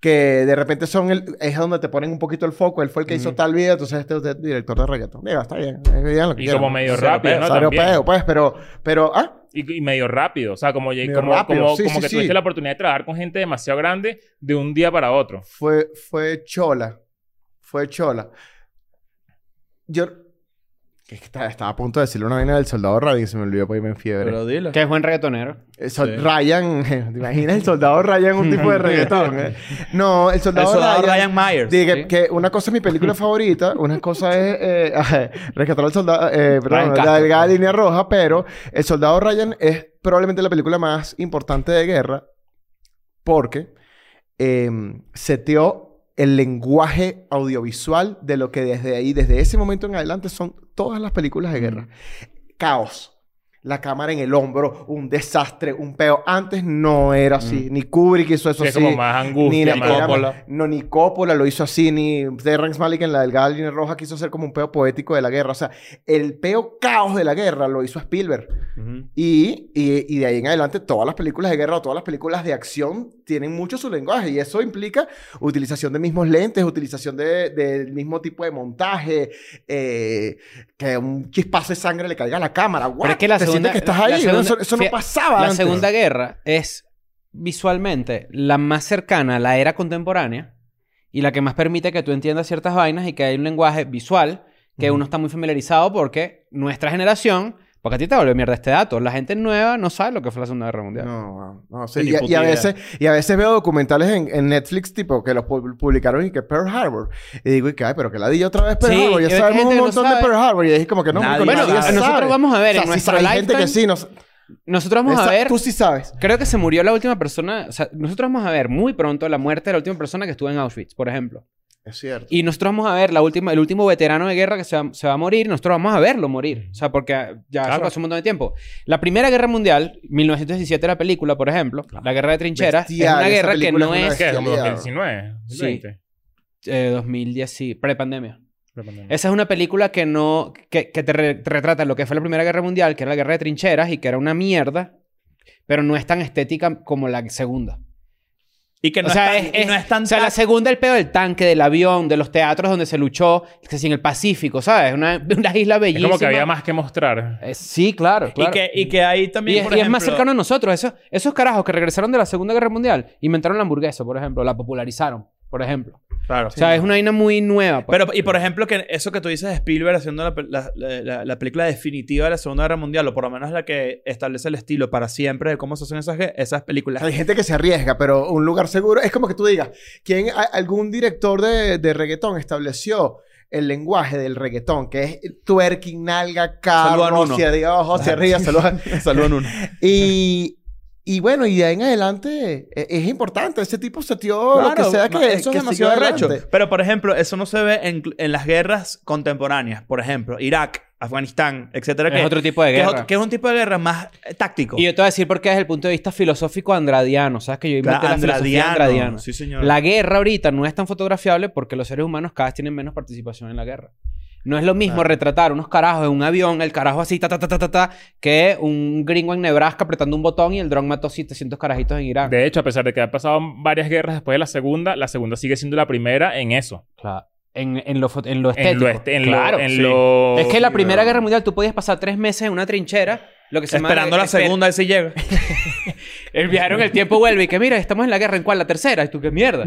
Speaker 1: que de repente son el, es donde te ponen un poquito el foco. Él fue el que hizo tal video, entonces este es el director de reggaetón. Diga, está bien. eh, digan lo que
Speaker 2: Y
Speaker 1: quieran.
Speaker 2: como medio
Speaker 1: Cero
Speaker 2: rápido,
Speaker 1: peo,
Speaker 2: ¿no?
Speaker 1: cero
Speaker 2: También.
Speaker 1: peo, pues, pero, pero, ah,
Speaker 2: y, y medio rápido. O sea, como,
Speaker 1: Medio
Speaker 2: como,
Speaker 1: rápido,
Speaker 2: como,
Speaker 1: sí,
Speaker 2: como
Speaker 1: sí,
Speaker 2: que
Speaker 1: sí.
Speaker 2: tuviste la oportunidad de trabajar con gente demasiado grande de un día para otro.
Speaker 1: fue, fue chola. Fue chola. Yo. Es que estaba, estaba a punto de decirle una vaina del soldado Ryan y se me olvidó para irme en fiebre.
Speaker 3: Pero dilo.
Speaker 5: Que es buen reggaetonero.
Speaker 1: El sol-
Speaker 3: Sí.
Speaker 1: Ryan, ¿te imaginas el soldado Ryan un tipo de reggaetón? eh? No, el
Speaker 3: El
Speaker 1: soldado,
Speaker 3: soldado
Speaker 1: Ryan
Speaker 3: Ryan Myers.
Speaker 1: Dije
Speaker 5: Sí.
Speaker 1: que una cosa es mi película favorita, una cosa es eh, Rescatar al soldado, eh,
Speaker 5: Ryan
Speaker 1: perdón,
Speaker 5: Castro.
Speaker 1: la delgada línea roja, pero El soldado Ryan es probablemente la película más importante de guerra porque eh, seteó el lenguaje audiovisual de lo que desde ahí, desde ese momento en adelante, son todas las películas de guerra. Caos. la cámara en el hombro, un desastre, un peo. Antes no era así. Ni Kubrick hizo eso
Speaker 2: es
Speaker 1: así.
Speaker 2: como más
Speaker 1: Ni,
Speaker 2: angustia,
Speaker 1: ni-
Speaker 2: más-
Speaker 3: Coppola.
Speaker 1: no, ni Coppola lo hizo así, ni Terrence Malick en la delgada línea roja quiso hacer como un peo poético de la guerra. O sea, el peo caos de la guerra lo hizo Spielberg. Y, y, y de ahí en adelante, todas las películas de guerra o todas las películas de acción tienen mucho su lenguaje. Y eso implica utilización de mismos lentes, utilización de- del mismo tipo de montaje, eh, que un chispazo de sangre le caiga a la cámara.
Speaker 5: Pero
Speaker 1: ¿What?
Speaker 5: es que la
Speaker 1: Te
Speaker 5: segunda-
Speaker 1: sientes que estás
Speaker 5: la- la
Speaker 1: ahí.
Speaker 5: segunda-
Speaker 1: eso, eso no
Speaker 5: fía-
Speaker 1: pasaba
Speaker 5: La
Speaker 1: antes.
Speaker 5: Segunda Guerra es visualmente la más cercana a la era contemporánea y la que más permite que tú entiendas ciertas vainas y que hay un lenguaje visual que uno está muy familiarizado porque nuestra generación, porque a ti te volvió mierda este dato, la gente nueva no sabe lo que fue la Segunda Guerra Mundial.
Speaker 1: No, wow. no, sí,
Speaker 3: Ni
Speaker 1: y, a-
Speaker 3: puta
Speaker 1: y a
Speaker 3: idea.
Speaker 1: veces, y a veces veo documentales en, en Netflix, tipo, que los pu- publicaron y que Pearl Harbor. Y digo, y que, ay, pero que la di otra vez Pearl
Speaker 5: Sí,
Speaker 1: Harbor.
Speaker 5: y
Speaker 1: Ya
Speaker 5: hay
Speaker 1: sabemos
Speaker 5: gente
Speaker 1: un
Speaker 5: que no
Speaker 1: montón de
Speaker 5: sabe.
Speaker 1: Pearl Harbor. Y dije, como que no, marico,
Speaker 3: Nadie
Speaker 5: Bueno,
Speaker 1: nadie
Speaker 5: nosotros
Speaker 1: sabe.
Speaker 5: vamos a ver
Speaker 1: O sea,
Speaker 5: en
Speaker 1: sí
Speaker 5: nuestra
Speaker 1: hay gente que
Speaker 5: lifetime-
Speaker 1: sí, nos-
Speaker 5: Nosotros vamos
Speaker 1: esa-
Speaker 5: a ver...
Speaker 1: Tú sí sabes.
Speaker 5: Creo que se murió la última persona, o sea, nosotros vamos a ver muy pronto la muerte de la última persona que estuvo en Auschwitz, por ejemplo.
Speaker 1: Es cierto.
Speaker 5: Y nosotros vamos a ver la última, el último veterano de guerra que se va, se va a morir. Nosotros vamos a verlo morir. O sea, porque ya
Speaker 2: Claro.
Speaker 5: eso pasó un montón de tiempo. La Primera Guerra Mundial, 1917 la película, por ejemplo. La Guerra de Trincheras.
Speaker 1: Bestial,
Speaker 5: es una
Speaker 1: esa
Speaker 5: guerra que
Speaker 1: película
Speaker 5: no
Speaker 1: es una
Speaker 5: es...
Speaker 2: ¿Qué?
Speaker 1: bestia.
Speaker 2: Como
Speaker 1: Aliado.
Speaker 2: 2019,
Speaker 5: Sí.
Speaker 2: 2020.
Speaker 5: eh, 2010, sí, prepandemia.
Speaker 2: La pandemia.
Speaker 5: Esa es una película que no... Que, que te, re- te retrata lo que fue la Primera Guerra Mundial, que era la Guerra de Trincheras y que era una mierda. Pero no es tan estética como la segunda.
Speaker 3: Y que no
Speaker 5: o sea,
Speaker 3: es
Speaker 5: es,
Speaker 3: tan... y no es tan
Speaker 5: o sea, la
Speaker 3: tac-
Speaker 5: segunda, el pedo del tanque, del avión, de los teatros donde se luchó, que sí, en el Pacífico, ¿sabes? Una, una isla
Speaker 2: Es
Speaker 5: bellísima.
Speaker 2: como que había más que mostrar.
Speaker 5: Eh, sí, claro,
Speaker 3: y,
Speaker 5: claro.
Speaker 3: que, y que ahí
Speaker 5: Y
Speaker 3: también,
Speaker 5: es,
Speaker 3: por
Speaker 5: y es
Speaker 3: ejemplo...
Speaker 5: más cercano a nosotros. Esos, esos carajos que regresaron de la Segunda Guerra Mundial inventaron la hamburguesa, por ejemplo. La popularizaron, por ejemplo.
Speaker 3: Claro.
Speaker 5: o sea, es una vaina muy nueva. pues.
Speaker 3: Pero, y por ejemplo, que eso que tú dices de Spielberg haciendo la, pe- la- la- la- la película definitiva de la Segunda Guerra Mundial, o por lo menos la que establece el estilo para siempre de cómo se hacen esas, ge- esas películas.
Speaker 1: Hay gente que se arriesga, pero un lugar seguro. Es como que tú digas, ¿quién, a- algún director de, de reggaetón estableció el lenguaje del reggaetón? Que es twerking, nalga,
Speaker 3: Saludo a
Speaker 1: carro, oh,
Speaker 3: Nuno.
Speaker 1: hacia abajo, hacia arriba, saludos a-
Speaker 3: Saludos en uno.
Speaker 1: Y, y bueno, y de ahí en adelante e- es, importante. Ese tipo se dio lo que
Speaker 3: Claro,
Speaker 1: sea
Speaker 3: ma-
Speaker 1: que
Speaker 3: eso
Speaker 1: que
Speaker 3: es demasiado
Speaker 1: siguió
Speaker 3: arrecho.
Speaker 1: adelante.
Speaker 3: Pero, por ejemplo, eso no se ve en, en las guerras contemporáneas. Por ejemplo, Irak, Afganistán, etcétera.
Speaker 5: es
Speaker 3: que,
Speaker 5: otro tipo de
Speaker 3: que es
Speaker 5: guerra.
Speaker 3: otro- que es un tipo de guerra más eh, táctico.
Speaker 5: Y yo te voy a decir porque es el punto de vista filosófico andradiano. ¿Sabes que yo inventé la filosofía andradiana?
Speaker 3: Sí, señor.
Speaker 5: La guerra ahorita no es tan fotografiable porque los seres humanos cada vez tienen menos participación en la guerra. No es lo mismo retratar unos carajos en un avión, el carajo así, ta, ta, ta, ta, ta, ta, que un gringo en Nebraska apretando un botón y el dron mató 700 carajitos en Irán.
Speaker 2: De hecho, a pesar de que han pasado varias guerras después de la segunda, la segunda sigue siendo la primera en eso.
Speaker 5: Claro. En, en lo, fo- en lo estético.
Speaker 2: En lo, este- en lo-
Speaker 5: claro.
Speaker 2: en
Speaker 5: sí.
Speaker 2: lo-
Speaker 5: Es que la Primera Guerra Mundial tú podías pasar tres meses en una trinchera, lo que se llama-
Speaker 3: Esperando la
Speaker 5: esper-
Speaker 3: segunda, ahí sí llega.
Speaker 5: El viajero en el tiempo vuelve y que mira, estamos en la guerra, ¿en cuál? La tercera. Y tú, qué mierda.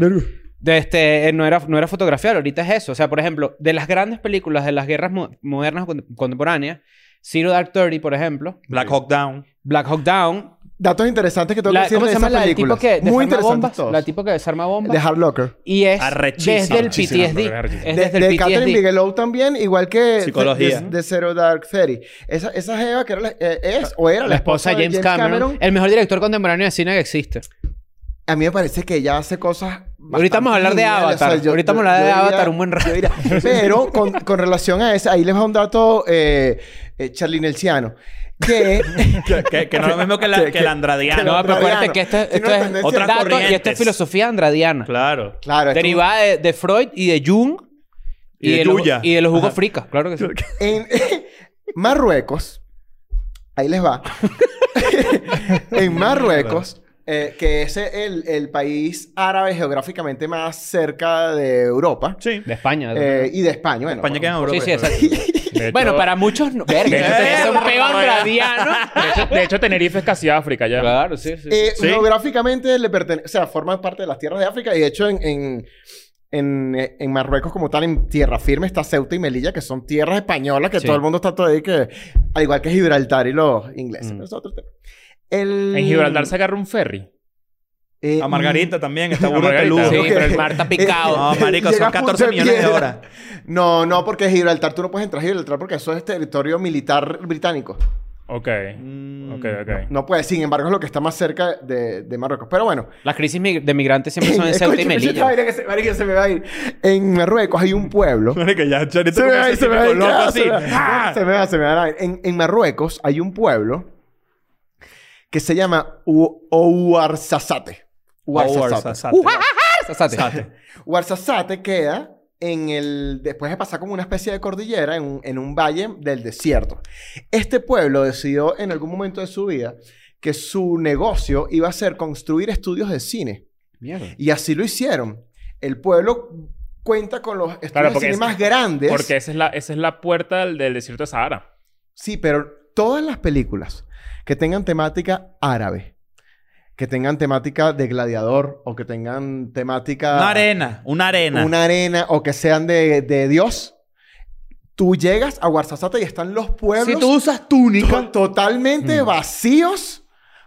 Speaker 5: De este, eh, no, era, no era fotografiar, ahorita es eso. O sea, por ejemplo, de las grandes películas de las guerras mo- modernas o cont- contemporáneas, Zero Dark Thirty, por ejemplo,
Speaker 3: Black Hawk Down.
Speaker 5: Black Hawk Down,
Speaker 1: Datos interesantes que tengo
Speaker 5: la,
Speaker 1: que decir
Speaker 5: ¿cómo
Speaker 1: de
Speaker 5: se llama
Speaker 1: esas
Speaker 5: la del tipo
Speaker 1: películas.
Speaker 5: que
Speaker 1: Muy
Speaker 5: desarma bombas?
Speaker 1: interesantes todos.
Speaker 5: La tipo que desarma
Speaker 1: De
Speaker 5: bombas.
Speaker 1: Hard Locker.
Speaker 5: Y es
Speaker 3: Arrechísima.
Speaker 5: desde el
Speaker 2: Arrechísima,
Speaker 5: PTSD.
Speaker 2: pero es arrechísima.
Speaker 5: Es
Speaker 1: de,
Speaker 5: desde
Speaker 1: de
Speaker 5: el
Speaker 1: Catherine
Speaker 5: PTSD.
Speaker 1: Bigelow también, igual que de-
Speaker 3: Psicología.
Speaker 1: De, de Zero Dark Thirty. Esa, esa Jeva que era la- eh, es o era la,
Speaker 5: La esposa de James Cameron, el mejor director contemporáneo de cine que existe.
Speaker 1: A mí me parece que ella hace cosas.
Speaker 5: Ahorita vamos a hablar de
Speaker 1: bastante geniales.
Speaker 5: Avatar. Ahorita vamos a hablar de
Speaker 1: diría-
Speaker 5: Avatar un buen rato.
Speaker 1: yo diría- pero con, con relación a eso, ahí les va un dato eh, eh, Charlie Nelciano. Que.
Speaker 3: Que, que no es lo mismo que la,
Speaker 1: Que-
Speaker 3: que,
Speaker 1: que-
Speaker 3: la andradiana.
Speaker 1: que la-
Speaker 5: No, pero acuérdate
Speaker 1: Andradiano.
Speaker 5: que esto,
Speaker 1: Ah, Tiene
Speaker 5: esto
Speaker 1: una
Speaker 5: es
Speaker 1: tendencia
Speaker 5: otro
Speaker 3: a
Speaker 5: dato y esto es
Speaker 3: corrientes.
Speaker 5: filosofía andradiana.
Speaker 3: Claro.
Speaker 1: claro. esto-
Speaker 5: Derivada de, de Freud y de Jung.
Speaker 3: Y de
Speaker 5: los,
Speaker 3: Yuya.
Speaker 5: y de los jugos fricas, claro que sí.
Speaker 1: En Marruecos. Ahí les va. en Marruecos. eh, que es el, el país árabe geográficamente más cerca de Europa
Speaker 3: Sí.
Speaker 5: De España.
Speaker 1: eh, y de España. Bueno,
Speaker 3: España queda en Europa.
Speaker 5: sí, sí, exacto.
Speaker 2: De hecho-
Speaker 5: bueno, para muchos no. Verga,
Speaker 2: De hecho,
Speaker 5: eso es un
Speaker 3: tenía-
Speaker 5: peo andradiano.
Speaker 2: de hecho, de hecho, Tenerife es casi África ya.
Speaker 5: Claro, sí, sí.
Speaker 1: Eh,
Speaker 3: Sí.
Speaker 1: Geográficamente le pertenece, o sea, forma parte de las tierras de África y de hecho en, en, en, eh, en Marruecos como tal, en tierra firme está Ceuta y Melilla, que son tierras españolas que
Speaker 5: Sí.
Speaker 1: todo el mundo está todo ahí, que, al igual que Gibraltar y los ingleses.
Speaker 5: Mm.
Speaker 1: Pero es otro tema. El,
Speaker 2: En Gibraltar se agarra un ferry.
Speaker 1: eh,
Speaker 3: A Margarita también, está
Speaker 2: A
Speaker 3: burro de
Speaker 2: Margarita.
Speaker 3: peludo.
Speaker 5: Sí,
Speaker 1: ok.
Speaker 5: pero el mar está picado.
Speaker 3: Eh, No, marico,
Speaker 1: Llega
Speaker 3: son
Speaker 1: a punto
Speaker 3: 14
Speaker 1: de
Speaker 3: millones de
Speaker 1: piedra.
Speaker 3: horas.
Speaker 1: No, no, porque Gibraltar tú no puedes entrar a Gibraltar porque eso es territorio militar británico.
Speaker 2: Ok.
Speaker 3: Mm.
Speaker 1: Mm.
Speaker 2: Ok, ok.
Speaker 1: No puede, sin embargo, es lo que está más cerca de, de Marruecos. Pero bueno,
Speaker 5: Las crisis mig- de migrantes siempre
Speaker 3: Eh,
Speaker 5: son en Ceuta y
Speaker 1: Escucha, escucha esta
Speaker 5: Melilla.
Speaker 1: vaina que se- marico, se me va a ir. En Marruecos hay un pueblo.
Speaker 3: que ya,
Speaker 1: se me va a ir, se me va a ir.
Speaker 3: loco
Speaker 1: claro,
Speaker 3: Ah. así.
Speaker 1: Se me va- Ah. se me va, se me va a ir. En, en Marruecos hay un pueblo que se llama U- Ouarzazate. Ouarzazate.
Speaker 5: Sasate.
Speaker 1: Ouarzazate queda en el... Después de pasar como una especie de cordillera en un, en un valle del desierto. Este pueblo decidió en algún momento de su vida que su negocio iba a ser construir estudios de cine.
Speaker 5: Mierda.
Speaker 1: Y así lo hicieron. El pueblo cuenta con los estudios
Speaker 2: Claro,
Speaker 1: de
Speaker 2: porque
Speaker 1: cine
Speaker 2: es-
Speaker 1: más grandes.
Speaker 2: Porque esa es la, esa es la puerta del, del desierto de Sahara.
Speaker 1: Sí, pero todas las películas que tengan temática árabe, que tengan temática de gladiador o que tengan temática...
Speaker 3: Una arena, una arena.
Speaker 1: Una arena o que sean de, de Dios. Tú llegas a Guarzazate y están los pueblos
Speaker 3: Si tú usas
Speaker 1: to-
Speaker 3: túnica.
Speaker 1: totalmente vacíos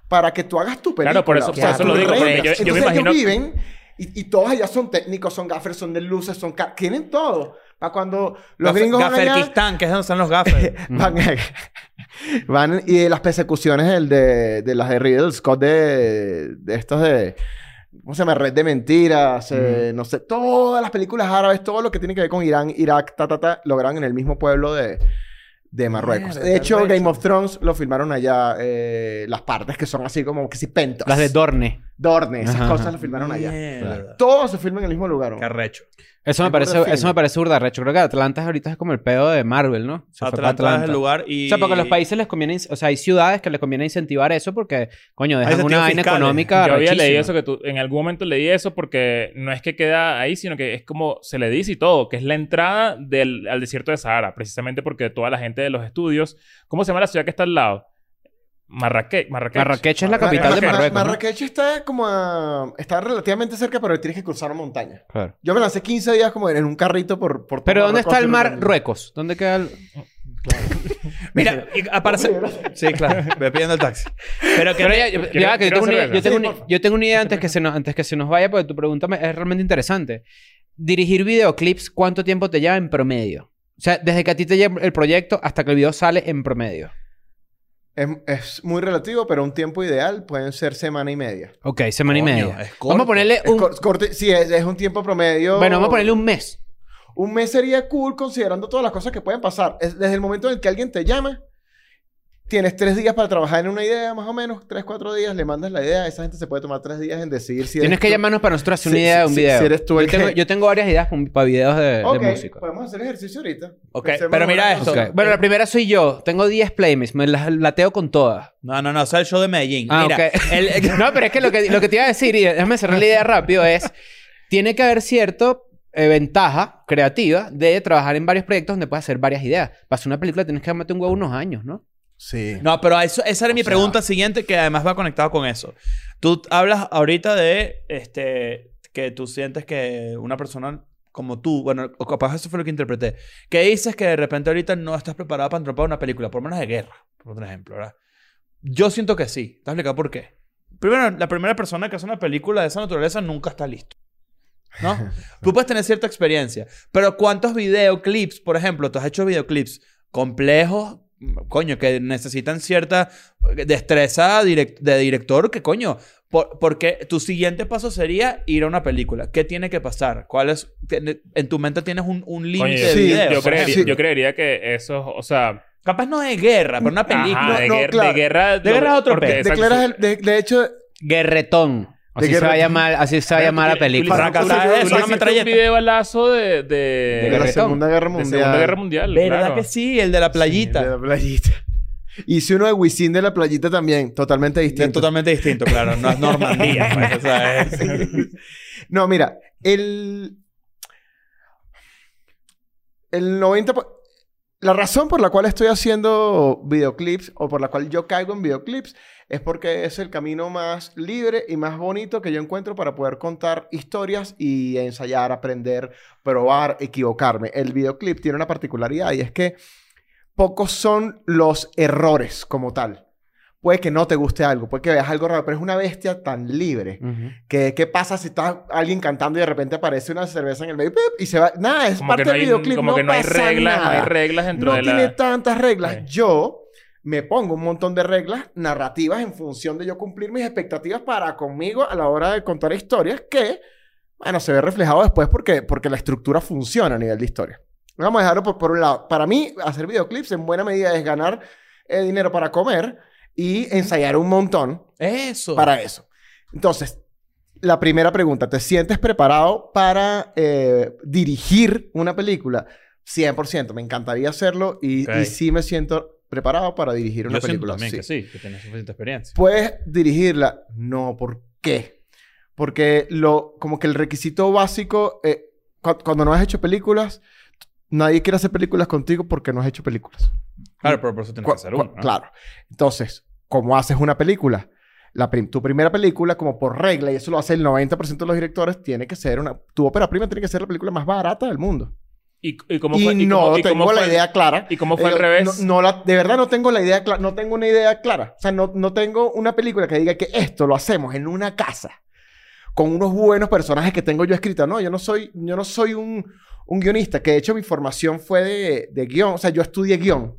Speaker 1: para que tú hagas tu película.
Speaker 2: Claro, por eso-
Speaker 1: O sea,
Speaker 2: por eso
Speaker 1: tú
Speaker 2: lo digo, porque
Speaker 1: rentas.
Speaker 2: yo- yo me
Speaker 1: Entonces,
Speaker 2: imagino-
Speaker 1: ellos viven y, y todos allá son técnicos, son gaffers, son de luces, son... ca- Tienen todo. Para cuando los gringos van allá...
Speaker 3: Gaferquistán, que es donde están los gafes.
Speaker 1: Van, van y de las persecuciones del de, de las de Riddle Scott de, de estos de ¿cómo se llama? Red de mentiras, eh, no sé, todas las películas árabes, todo lo que tiene que ver con Irán, Irak, ta ta ta, lo graban en el mismo pueblo de de Marruecos.
Speaker 3: Mierda,
Speaker 1: de hecho,
Speaker 3: perfecto.
Speaker 1: Game of Thrones lo filmaron allá eh, las partes que son así como que si pentas.
Speaker 5: Las de Dorne.
Speaker 1: Dorne, esas
Speaker 5: Ajá.
Speaker 1: cosas las filmaron allá.
Speaker 3: Mierda.
Speaker 1: Todo se filma en el mismo lugar. ¿no?
Speaker 3: Qué arrecho.
Speaker 5: Eso me
Speaker 1: Es burda
Speaker 5: parece,
Speaker 1: fino.
Speaker 5: eso me parece burda recho. Creo que Atlanta ahorita es como el pedo de Marvel, ¿no? Se fue pa'
Speaker 3: Atlanta, es el lugar y...
Speaker 5: O sea, porque a los países les conviene, in- o sea, hay ciudades que les conviene incentivar eso porque, coño, dejan una
Speaker 3: incentivos
Speaker 5: vaina
Speaker 3: fiscales.
Speaker 5: económica.
Speaker 2: Yo había
Speaker 5: Ah, rechísima.
Speaker 2: leído eso que tú... En algún momento leí eso porque no es que queda ahí, sino que es como se le dice y todo. Que es la entrada del, al desierto de Sahara. Precisamente porque toda la gente de los estudios... ¿Cómo se llama la ciudad que está al lado? Marrakech. Marrakech.
Speaker 5: Marrakech es la capital de
Speaker 1: Marra-
Speaker 5: Marruecos. ¿no?
Speaker 1: Marrakech está como a- está relativamente cerca, pero tienes que cruzar una montaña.
Speaker 5: Claro.
Speaker 1: Yo me lancé 15 días como en un carrito por... por todo
Speaker 5: Pero ¿dónde está el
Speaker 1: Marruecos y
Speaker 5: Marruecos? ¿Dónde queda el...?
Speaker 3: Mira, y aparece... Sí, claro. Ve pidiendo el taxi. Pero que...
Speaker 5: Pero ya, ya,
Speaker 2: quiero-
Speaker 5: ya, que yo
Speaker 2: quiero
Speaker 5: tengo una-
Speaker 2: cerveza.
Speaker 5: yo tengo
Speaker 1: Sí,
Speaker 5: una-
Speaker 1: porfa.
Speaker 5: yo tengo una idea antes que se nos, antes que se nos vaya, porque tu pregunta me- es realmente interesante. Dirigir videoclips, ¿cuánto tiempo te lleva en promedio? O sea, desde que a ti te llega el proyecto hasta que el video sale en promedio.
Speaker 1: Es, es muy relativo, pero un tiempo ideal pueden ser semana y media.
Speaker 5: Ok, semana
Speaker 3: Coño,
Speaker 5: y media.
Speaker 3: es corto.
Speaker 5: Vamos a ponerle
Speaker 1: Es
Speaker 5: un...
Speaker 1: cor- corto- sí, es, es un tiempo promedio.
Speaker 5: Bueno, vamos a ponerle un mes.
Speaker 1: Un mes sería cool considerando todas las cosas que pueden pasar. Es- desde el momento en el que alguien te llama, tienes tres días para trabajar en una idea, más o menos. Tres, cuatro días, le mandas la idea. Esa gente se puede tomar tres días en decidir si...
Speaker 5: Tienes
Speaker 1: eres
Speaker 5: que
Speaker 1: tú-
Speaker 5: llamarnos para nosotros hacer una
Speaker 1: Sí,
Speaker 5: idea de
Speaker 1: sí,
Speaker 5: un
Speaker 1: sí,
Speaker 5: video.
Speaker 1: si eres tú el
Speaker 5: yo, tengo,
Speaker 1: que-
Speaker 5: yo tengo varias ideas pa- para videos de, de
Speaker 1: Ok, pues,
Speaker 5: música.
Speaker 1: podemos hacer ejercicio ahorita.
Speaker 3: Ok,
Speaker 1: Empecemos
Speaker 3: pero
Speaker 1: con
Speaker 3: mira
Speaker 1: una
Speaker 3: esto.
Speaker 5: Ok.
Speaker 1: cosa.
Speaker 5: Bueno, la primera soy yo. Tengo 10 playmates. Me las lateo con todas.
Speaker 3: No, no, no. Sale el show de Medellín.
Speaker 5: Ah,
Speaker 3: Mira,
Speaker 5: ok. no, pero es que lo, que lo que te iba a decir, y déjame cerrar la idea rápido, es... Tiene que haber cierta ventaja creativa de trabajar en varios proyectos donde puedes hacer varias ideas. Para hacer una película tienes que amarte un huevo unos años, ¿no?
Speaker 1: Sí.
Speaker 3: No, pero a eso, esa era mi
Speaker 1: sea-
Speaker 3: pregunta siguiente que además va conectado con eso. Tú hablas ahorita de este, que tú sientes que una persona como tú, bueno, o capaz eso fue lo que interpreté, que dices que de repente ahorita no estás preparada para entropar una película, por lo menos de guerra, por un ejemplo, ¿verdad? Yo siento que sí. ¿Te has explicado por qué? Primero, la primera persona que hace una película de esa naturaleza nunca está listo. ¿No? Tú puedes tener cierta experiencia. Pero ¿cuántos videoclips, por ejemplo, tú has hecho videoclips complejos, mm, coño, que necesitan cierta destreza direc- de director, que coño, por- porque tu siguiente paso sería ir a una película. ¿Qué tiene que pasar? ¿Cuál es, tiene- en tu mente tienes un, un
Speaker 2: Coño,
Speaker 3: límite
Speaker 2: yo-
Speaker 3: de
Speaker 1: sí,
Speaker 3: video?
Speaker 2: yo,
Speaker 3: por
Speaker 2: creería,
Speaker 3: ejemplo?
Speaker 2: yo creería que eso... O sea...
Speaker 3: Capaz no de guerra, pero una película.
Speaker 2: Ajá, de,
Speaker 1: no,
Speaker 2: guerra,
Speaker 1: claro.
Speaker 2: de guerra...
Speaker 3: De guerra es otro
Speaker 2: porque-
Speaker 3: peo.
Speaker 2: exacto,
Speaker 1: Declaras
Speaker 2: sí.
Speaker 1: el- de- de hecho,
Speaker 5: Guerretón. Así se va a
Speaker 1: guerretón.
Speaker 5: llamar, así se va a llamar la película.
Speaker 3: Para
Speaker 2: Tú le-
Speaker 3: casar
Speaker 2: tú le
Speaker 3: eso,
Speaker 2: hiciste
Speaker 3: una metralleta.
Speaker 2: un video balazo de... De,
Speaker 1: de la
Speaker 5: guerretón.
Speaker 1: Segunda Guerra
Speaker 2: de
Speaker 1: Mundial.
Speaker 2: Segunda Guerra Mundial,
Speaker 3: ¿Verdad
Speaker 2: claro.
Speaker 3: que sí? El de la playita.
Speaker 1: De la playita. Hice uno de Wisin de la playita también, totalmente
Speaker 3: Es
Speaker 1: distinto.
Speaker 3: totalmente distinto, claro. No es Normandía. pues, o sea, es-
Speaker 1: No, mira, el. El 90. po- La razón por la cual estoy haciendo videoclips o por la cual yo caigo en videoclips es porque es el camino más libre y más bonito que yo encuentro para poder contar historias y ensayar, aprender, probar, equivocarme. El videoclip tiene una particularidad y es que pocos son los errores como tal. Puede que no te guste algo, puede que veas algo raro, pero es una bestia tan libre.
Speaker 5: Ujú.
Speaker 1: ¿Qué, ¿Qué pasa si está alguien cantando y de repente aparece una cerveza en el medio pip, y se va? Nada, es
Speaker 2: Como que
Speaker 1: parte
Speaker 2: no
Speaker 1: del
Speaker 2: hay,
Speaker 1: videoclip.
Speaker 2: como
Speaker 1: no
Speaker 2: que no hay reglas, no hay
Speaker 1: reglas.
Speaker 2: reglas dentro
Speaker 1: No
Speaker 2: de
Speaker 1: tiene
Speaker 2: la...
Speaker 1: tantas reglas.
Speaker 2: Sí.
Speaker 1: Yo me pongo un montón de reglas narrativas en función de yo cumplir mis expectativas para conmigo a la hora de contar historias que, bueno, se ve reflejado después porque, porque la estructura funciona a nivel de historia. Vamos a dejarlo por, por un lado. Para mí, hacer videoclips en buena medida es ganar eh, dinero para comer y ensayar un montón
Speaker 3: Eso.
Speaker 1: para eso. Entonces, la primera pregunta, ¿te sientes preparado para eh, dirigir una película? 100%, me encantaría hacerlo y,
Speaker 3: Ok.
Speaker 1: y sí me siento preparado para dirigir
Speaker 3: Yo
Speaker 1: una
Speaker 3: siento
Speaker 1: película.
Speaker 3: también
Speaker 1: sí.
Speaker 3: que sí, que tienes suficiente experiencia.
Speaker 1: ¿Puedes dirigirla? No, ¿por qué? Porque lo, como que el requisito básico, eh, cu- cuando no has hecho películas, nadie quiere hacer películas contigo porque no has hecho películas.
Speaker 3: Claro, pero por eso tienes
Speaker 1: Cu-
Speaker 3: que hacer
Speaker 1: cu-
Speaker 3: uno. ¿no?
Speaker 1: Claro. Entonces, ¿cómo haces una película? La prim- tu primera película, como por regla, y eso lo hace el 90% de los directores, tiene que ser una... Tu ópera prima tiene que ser la película más barata del mundo.
Speaker 2: ¿Y, y cómo
Speaker 1: y
Speaker 2: fue, y
Speaker 1: no
Speaker 2: cómo- y
Speaker 1: tengo
Speaker 2: cómo
Speaker 1: la
Speaker 2: fue-
Speaker 1: idea clara.
Speaker 2: ¿Y cómo fue al
Speaker 1: Eh,
Speaker 2: revés?
Speaker 1: No, no la- de verdad no tengo la idea clara. No tengo una idea clara. O sea, no, no tengo una película que diga que esto lo hacemos en una casa con unos buenos personajes que tengo yo escrita. No, yo no soy, yo no soy un, un guionista. Que de hecho mi formación fue de, de guión. O sea, yo estudié guión.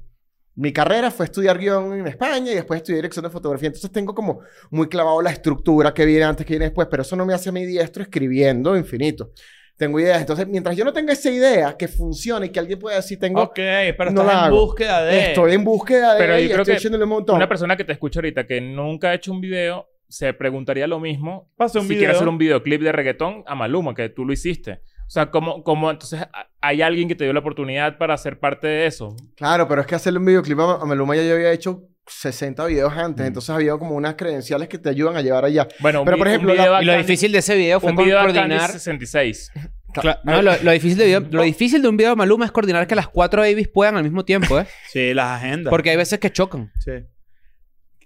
Speaker 1: Mi carrera fue estudiar guión en España y después estudié dirección de fotografía. Entonces tengo como muy clavado la estructura que viene antes, que viene después. Pero eso no me hace a mí diestro escribiendo infinito. Tengo ideas. Entonces, mientras yo no tenga esa idea que funcione y que alguien pueda decir, tengo
Speaker 3: Ok, pero
Speaker 1: No
Speaker 3: estás
Speaker 1: la
Speaker 3: en
Speaker 1: hago.
Speaker 3: búsqueda de...
Speaker 1: Estoy en búsqueda de
Speaker 2: Pero yo
Speaker 1: y
Speaker 2: creo
Speaker 1: estoy
Speaker 2: que
Speaker 1: haciéndole un montón.
Speaker 2: Una persona que te escucha ahorita que nunca ha hecho un video se preguntaría lo mismo
Speaker 3: Pasa un
Speaker 2: si
Speaker 3: video.
Speaker 2: quiere hacer un videoclip de reggaetón a Maluma, que tú lo hiciste. O sea, ¿cómo, cómo entonces a- hay alguien que te dio la oportunidad para ser parte de eso?
Speaker 1: Claro, pero es que hacerle un videoclip a a Maluma ya yo había hecho 60 videos antes, entonces había como unas credenciales que te ayudan a llevar allá.
Speaker 2: Bueno, un
Speaker 1: Pero,
Speaker 2: vi-
Speaker 1: por ejemplo,
Speaker 2: un video
Speaker 1: la-
Speaker 2: a
Speaker 5: Y lo
Speaker 2: Candy-
Speaker 5: difícil de ese video fue
Speaker 2: un video a Candy
Speaker 5: coordinar.
Speaker 2: 66.
Speaker 5: Cla- no, lo, lo difícil de video- lo difícil de un video de Maluma es coordinar que las cuatro babies puedan al mismo tiempo, ¿eh?
Speaker 3: Sí, las agendas.
Speaker 5: Porque hay veces que chocan.
Speaker 3: Sí.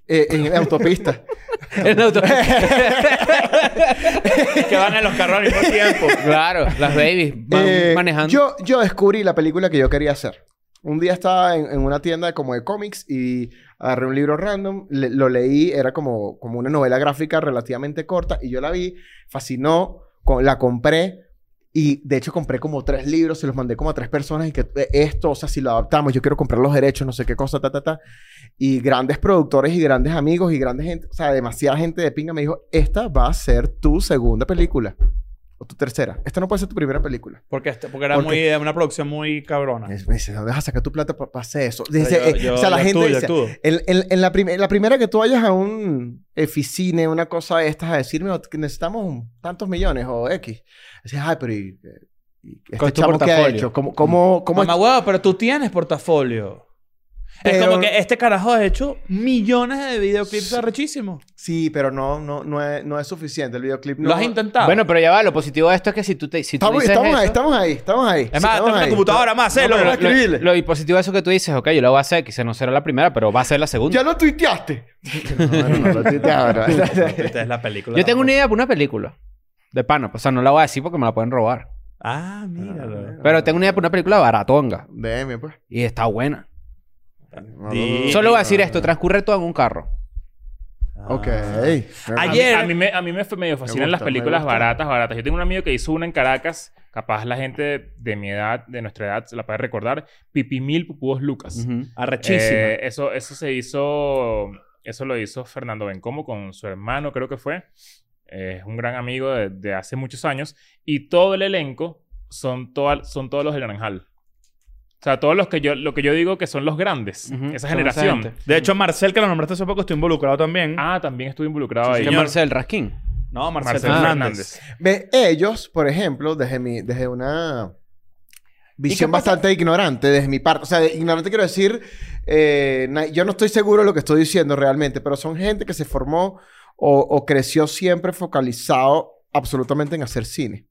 Speaker 1: Eh, en autopista.
Speaker 5: En auto-
Speaker 3: que van en los carros al mismo tiempo.
Speaker 5: claro, las babies van
Speaker 1: Eh,
Speaker 5: manejando.
Speaker 1: Yo, yo descubrí la película que yo quería hacer. Un día estaba en, en una tienda como de cómics y agarré un libro random, le- lo leí, era como, como una novela gráfica relativamente corta y yo la vi, fascinó, co- la compré y de hecho compré como tres libros, se los mandé como a tres personas y que eh, esto, o sea, si lo adaptamos, yo quiero comprar los derechos, no sé qué cosa, ta, ta, ta. Y grandes productores y grandes amigos y grandes gente, o sea, demasiada gente de pinga me dijo, esta va a ser tu segunda película o tu tercera, esta no puede ser tu primera película.
Speaker 3: Porque, este- porque era
Speaker 1: Porque-
Speaker 3: muy, una producción muy cabrona.
Speaker 1: Es- Me dice, ¿dónde vas a sacar tu plata para hacer eso?
Speaker 3: Pero
Speaker 1: Dice,
Speaker 3: yo-
Speaker 1: eh,
Speaker 3: yo-
Speaker 1: o sea, la
Speaker 3: yo
Speaker 1: gente
Speaker 3: actúo, yo
Speaker 1: dice,
Speaker 3: actúo.
Speaker 1: en, en- en la, prim- en la primera que tú vayas a un oficina, una cosa de estas, a decirme "Oh, que necesitamos un- tantos millones o X. Dices, ay, pero ¿y, y
Speaker 5: Con
Speaker 1: este
Speaker 5: tu
Speaker 1: chamo que ha
Speaker 5: portafolio.
Speaker 1: hecho? ¿Cómo, cómo, cómo
Speaker 3: Mm. Mamá, huevo, pero tú tienes portafolio. Es
Speaker 1: Pero-
Speaker 3: como que este carajo ha hecho millones de videoclips arrechísimos.
Speaker 1: Sí, pero no, no, no, es, no es suficiente. El videoclip no...
Speaker 3: Lo has intentado.
Speaker 5: Bueno, pero ya va, lo positivo de esto es que si tú te si tú
Speaker 1: Estamos,
Speaker 5: dices
Speaker 1: estamos ahí,
Speaker 5: eso-
Speaker 1: estamos ahí, estamos ahí.
Speaker 3: es más,
Speaker 1: estamos
Speaker 3: tengo una
Speaker 1: ahí.
Speaker 3: computadora más, hazlo.
Speaker 1: pero-
Speaker 3: Lo-
Speaker 1: lo- Increíble.
Speaker 5: Lo positivo de eso que tú dices, ok, yo la voy a hacer, quizá no será la primera, pero va a ser la segunda.
Speaker 1: ¿Ya lo tuiteaste? no, no, no, lo tuiteaba, no.
Speaker 3: Esta es la película.
Speaker 5: Yo tengo una idea para una película. De pana. O sea, no la voy a decir porque me la pueden robar.
Speaker 3: Ah, míralo.
Speaker 5: Pero tengo una idea para una película baratonga.
Speaker 1: DM, pues.
Speaker 5: Y está buena.
Speaker 3: Di-
Speaker 5: Solo voy a decir esto. Transcurre todo en un carro.
Speaker 1: Ah,
Speaker 3: Ah.
Speaker 1: Ok.
Speaker 2: A mí-
Speaker 3: Ayer-
Speaker 2: A mí, me, a mí me, f- medio fascinan
Speaker 1: gusta,
Speaker 2: las películas
Speaker 1: me gusta.
Speaker 2: baratas, baratas. Yo tengo un amigo que hizo una en Caracas, capaz la gente de mi edad, de nuestra edad, se la puede recordar, Pipimil Pupudos Lucas.
Speaker 5: Ujú.
Speaker 3: Arrechísima.
Speaker 2: Eh, eso, eso se hizo, eso lo hizo Fernando Bencomo con su hermano, creo que fue. Eh, Es un gran amigo de, de hace muchos años. Y todo el elenco son, toda- son todos los del Naranjal. O sea, todos los que yo, lo que yo digo que son los grandes,
Speaker 5: Ujú. Son
Speaker 2: esa
Speaker 5: esa
Speaker 2: generación.
Speaker 5: gente.
Speaker 3: de hecho, Marcel, que lo nombraste hace poco, estoy involucrado también.
Speaker 2: ah, también estuve involucrado ahí.
Speaker 5: Que
Speaker 3: señor.
Speaker 5: Marcel Raskin.
Speaker 3: no, Marcel,
Speaker 2: Marcel
Speaker 3: Fernández.
Speaker 1: Ve, ellos, por ejemplo, desde mi, desde una visión
Speaker 3: pasa?
Speaker 1: bastante ignorante, desde mi parte. O sea, de- ignorante quiero decir, eh, na- yo no estoy seguro de lo que estoy diciendo realmente, pero son gente que se formó o, o creció siempre focalizado absolutamente en hacer cine.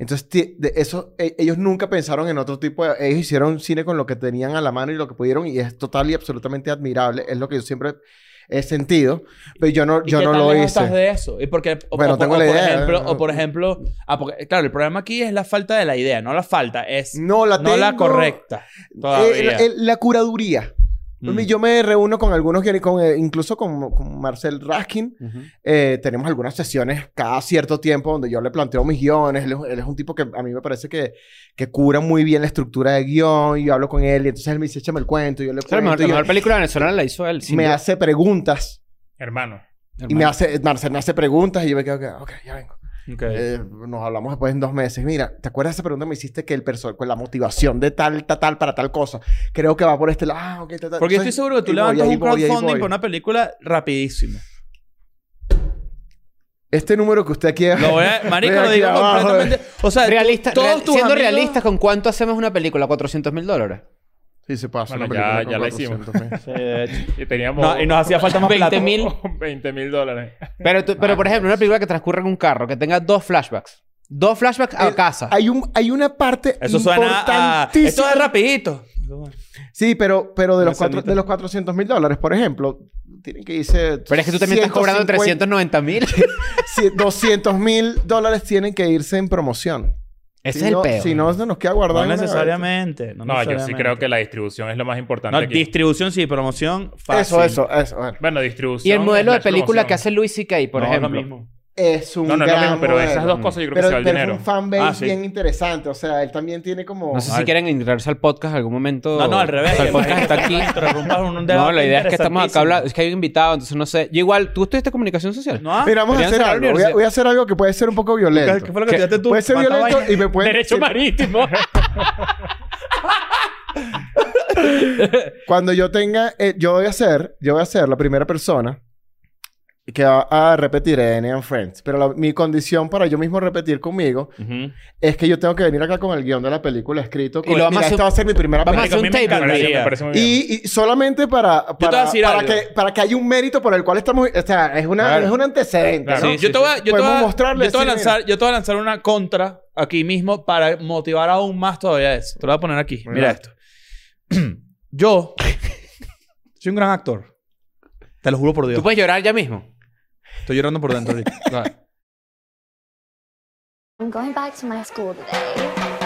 Speaker 1: Entonces, ti- de eso, e- ellos nunca pensaron en otro tipo de... Ellos hicieron cine con lo que tenían a la mano y lo que pudieron y es total y absolutamente admirable. Es lo que yo siempre he sentido, pero yo no,
Speaker 3: ¿Y
Speaker 1: yo
Speaker 3: qué
Speaker 1: no
Speaker 3: tan
Speaker 1: lo
Speaker 3: lejos
Speaker 1: hice.
Speaker 3: estás de eso? Y porque, o,
Speaker 1: Bueno,
Speaker 3: o-
Speaker 1: tengo
Speaker 3: o
Speaker 1: la
Speaker 3: por
Speaker 1: idea,
Speaker 3: ejemplo,
Speaker 1: ¿no?
Speaker 3: o por ejemplo, ah, porque, claro, el problema aquí es la falta de la idea, no la falta, es
Speaker 1: No Mm, la
Speaker 3: no la
Speaker 1: tengo.
Speaker 3: correcta.
Speaker 1: Eh,
Speaker 3: Todavía.
Speaker 1: la- el- la curaduría.
Speaker 3: Mm.
Speaker 1: Yo me reúno con algunos, que- con, eh, incluso con, con Marcel Raskin. Eh, tenemos algunas sesiones cada cierto tiempo donde yo le planteo mis guiones. Él es, él es un tipo que a mí me parece que, que cura muy bien la estructura de guión. Y yo hablo con él y entonces él me dice, échame el cuento. y yo le
Speaker 5: O sea, la mejor,
Speaker 1: cuento. y
Speaker 5: la
Speaker 1: yo-
Speaker 5: mejor película venezolana la hizo él. sin
Speaker 1: me
Speaker 5: duda,
Speaker 1: hace preguntas.
Speaker 2: Hermano.
Speaker 1: Y me
Speaker 5: hermano.
Speaker 1: hace, Marcel me hace preguntas y yo me quedo, que, ok, ya vengo.
Speaker 3: Ok.
Speaker 1: Eh, nos hablamos después en dos meses. Mira, ¿te acuerdas de esa pregunta que me hiciste que el perso- con la motivación de tal, tal, tal para tal cosa? Creo que va por este lado. Ah, ok, tal, tal.
Speaker 3: Porque estoy
Speaker 1: Entonces,
Speaker 3: seguro que tú
Speaker 1: ahí voy,
Speaker 3: levantas
Speaker 1: ahí
Speaker 3: un
Speaker 1: voy, ahí
Speaker 3: crowdfunding
Speaker 1: voy.
Speaker 3: para una película rapidísimo.
Speaker 1: Este número que usted aquí...
Speaker 3: Lo voy a... Marico,
Speaker 1: Ve
Speaker 3: lo
Speaker 1: aquí
Speaker 3: digo
Speaker 1: abajo,
Speaker 3: completamente... O sea, tú-
Speaker 5: Realista,
Speaker 3: todos
Speaker 5: real-
Speaker 3: tus
Speaker 5: siendo
Speaker 3: amigos-
Speaker 5: realistas, ¿con cuánto hacemos una película? 400 mil dólares.
Speaker 1: Sí, se pasa.
Speaker 2: Bueno,
Speaker 1: una
Speaker 2: ya-
Speaker 1: película con
Speaker 2: ya la hicimos.
Speaker 1: 400 mil.
Speaker 3: Sí, de hecho.
Speaker 2: Y teníamos
Speaker 3: No, y nos hacía falta más
Speaker 5: 20
Speaker 3: plata.
Speaker 5: mil.
Speaker 2: 20 mil dólares.
Speaker 5: Pero, tú- pero por ejemplo, una película que transcurre en un carro, que tenga dos flashbacks. Dos flashbacks a
Speaker 1: El-
Speaker 5: casa.
Speaker 1: Hay, un, hay una parte
Speaker 3: Eso suena a... Esto
Speaker 1: importantísima-
Speaker 3: es rapidito.
Speaker 1: Sí, pero, pero de,
Speaker 3: Una
Speaker 1: los cuatro,
Speaker 3: escenita.
Speaker 1: de los 400 mil dólares, por ejemplo, tienen que irse...
Speaker 5: pero es que tú también estás cobrando
Speaker 1: 150,
Speaker 5: 390 mil.
Speaker 1: sí, 200 mil dólares tienen que irse en promoción.
Speaker 5: Ese
Speaker 1: Si
Speaker 5: es el
Speaker 1: no-
Speaker 5: peo.
Speaker 1: Si no, se nos queda guardado.
Speaker 3: No
Speaker 1: en una gaveta.
Speaker 3: necesariamente. No,
Speaker 2: No, yo sí
Speaker 3: necesariamente.
Speaker 2: creo que la distribución es lo más importante
Speaker 3: No,
Speaker 2: aquí.
Speaker 3: distribución sí, promoción fácil.
Speaker 1: Eso, eso, eso. bueno.
Speaker 2: bueno, distribución.
Speaker 5: y el modelo de
Speaker 2: slash
Speaker 5: película
Speaker 2: promoción.
Speaker 5: que hace Louis C.K., por
Speaker 3: No,
Speaker 5: ejemplo.
Speaker 3: lo mismo.
Speaker 1: Es un
Speaker 2: No, no, no,
Speaker 1: gran
Speaker 2: mismo, pero esas
Speaker 1: modelo.
Speaker 2: dos cosas yo creo
Speaker 1: pero,
Speaker 2: que se va el
Speaker 1: pero
Speaker 2: dinero.
Speaker 1: es un fanbase
Speaker 3: Ah, sí.
Speaker 1: bien interesante. O sea, él también tiene como...
Speaker 5: No sé si
Speaker 3: Ay.
Speaker 5: quieren integrarse al podcast en algún momento.
Speaker 3: No, no, al revés.
Speaker 5: O sea, el podcast está aquí.
Speaker 3: Interrumpas un debate
Speaker 5: No, la idea es que estamos acá
Speaker 3: interesantísimo.
Speaker 5: hablando. Es que hay un invitado, entonces no sé. Yo igual, ¿tú estudiaste comunicación social?
Speaker 3: ¿No? ah,
Speaker 1: Mira, vamos a hacer
Speaker 5: Deberían ser a la
Speaker 1: algo. Voy a,
Speaker 5: universidad.
Speaker 1: voy a hacer algo que puede ser un poco
Speaker 3: ¿Qué, qué
Speaker 1: violento.
Speaker 3: fue lo que estudiaste tú?
Speaker 1: Puede ser
Speaker 3: ¿Cuánta
Speaker 1: violento
Speaker 3: vaina?
Speaker 1: y me pueden...
Speaker 2: Derecho
Speaker 1: sí,
Speaker 2: marítimo.
Speaker 1: Cuando yo tenga... eh, yo voy a ser... Yo voy a ser la primera persona que va a repetir en and Friends. Pero la- mi condición para yo mismo repetir conmigo
Speaker 3: Ujú.
Speaker 1: es que yo tengo que venir acá con el guión de la película escrito. Con,
Speaker 5: lo vamos a
Speaker 1: Mira,
Speaker 5: hacer-
Speaker 1: esta va a ser mi primera
Speaker 5: vamos a
Speaker 1: película.
Speaker 5: hacer
Speaker 3: Marico, a mí me
Speaker 5: un tape.
Speaker 2: Me parece- me
Speaker 3: encantaría.
Speaker 2: parece muy bien.
Speaker 1: Y, y solamente para,
Speaker 3: voy a
Speaker 1: para,
Speaker 3: decir
Speaker 1: para
Speaker 3: algo.
Speaker 1: que, para que haya un mérito por el cual estamos... O sea, es, una,
Speaker 5: Claro.
Speaker 1: es un antecedente,
Speaker 2: Claro.
Speaker 1: ¿no?
Speaker 3: Sí, yo te voy a, yo te voy
Speaker 1: Podemos
Speaker 3: a-
Speaker 1: mostrarle,
Speaker 3: yo te voy a
Speaker 1: decir,
Speaker 3: lanzar, yo te voy a lanzar una contra aquí mismo para motivar aún más todavía eso. Te lo voy a poner aquí.
Speaker 1: Muy
Speaker 3: Mira
Speaker 1: bien.
Speaker 3: esto. yo soy un gran actor. Te lo juro por Dios.
Speaker 5: ¿Tú puedes llorar ya mismo?
Speaker 3: Estoy llorando por dentro ahorita.
Speaker 4: I'm going back to my school today.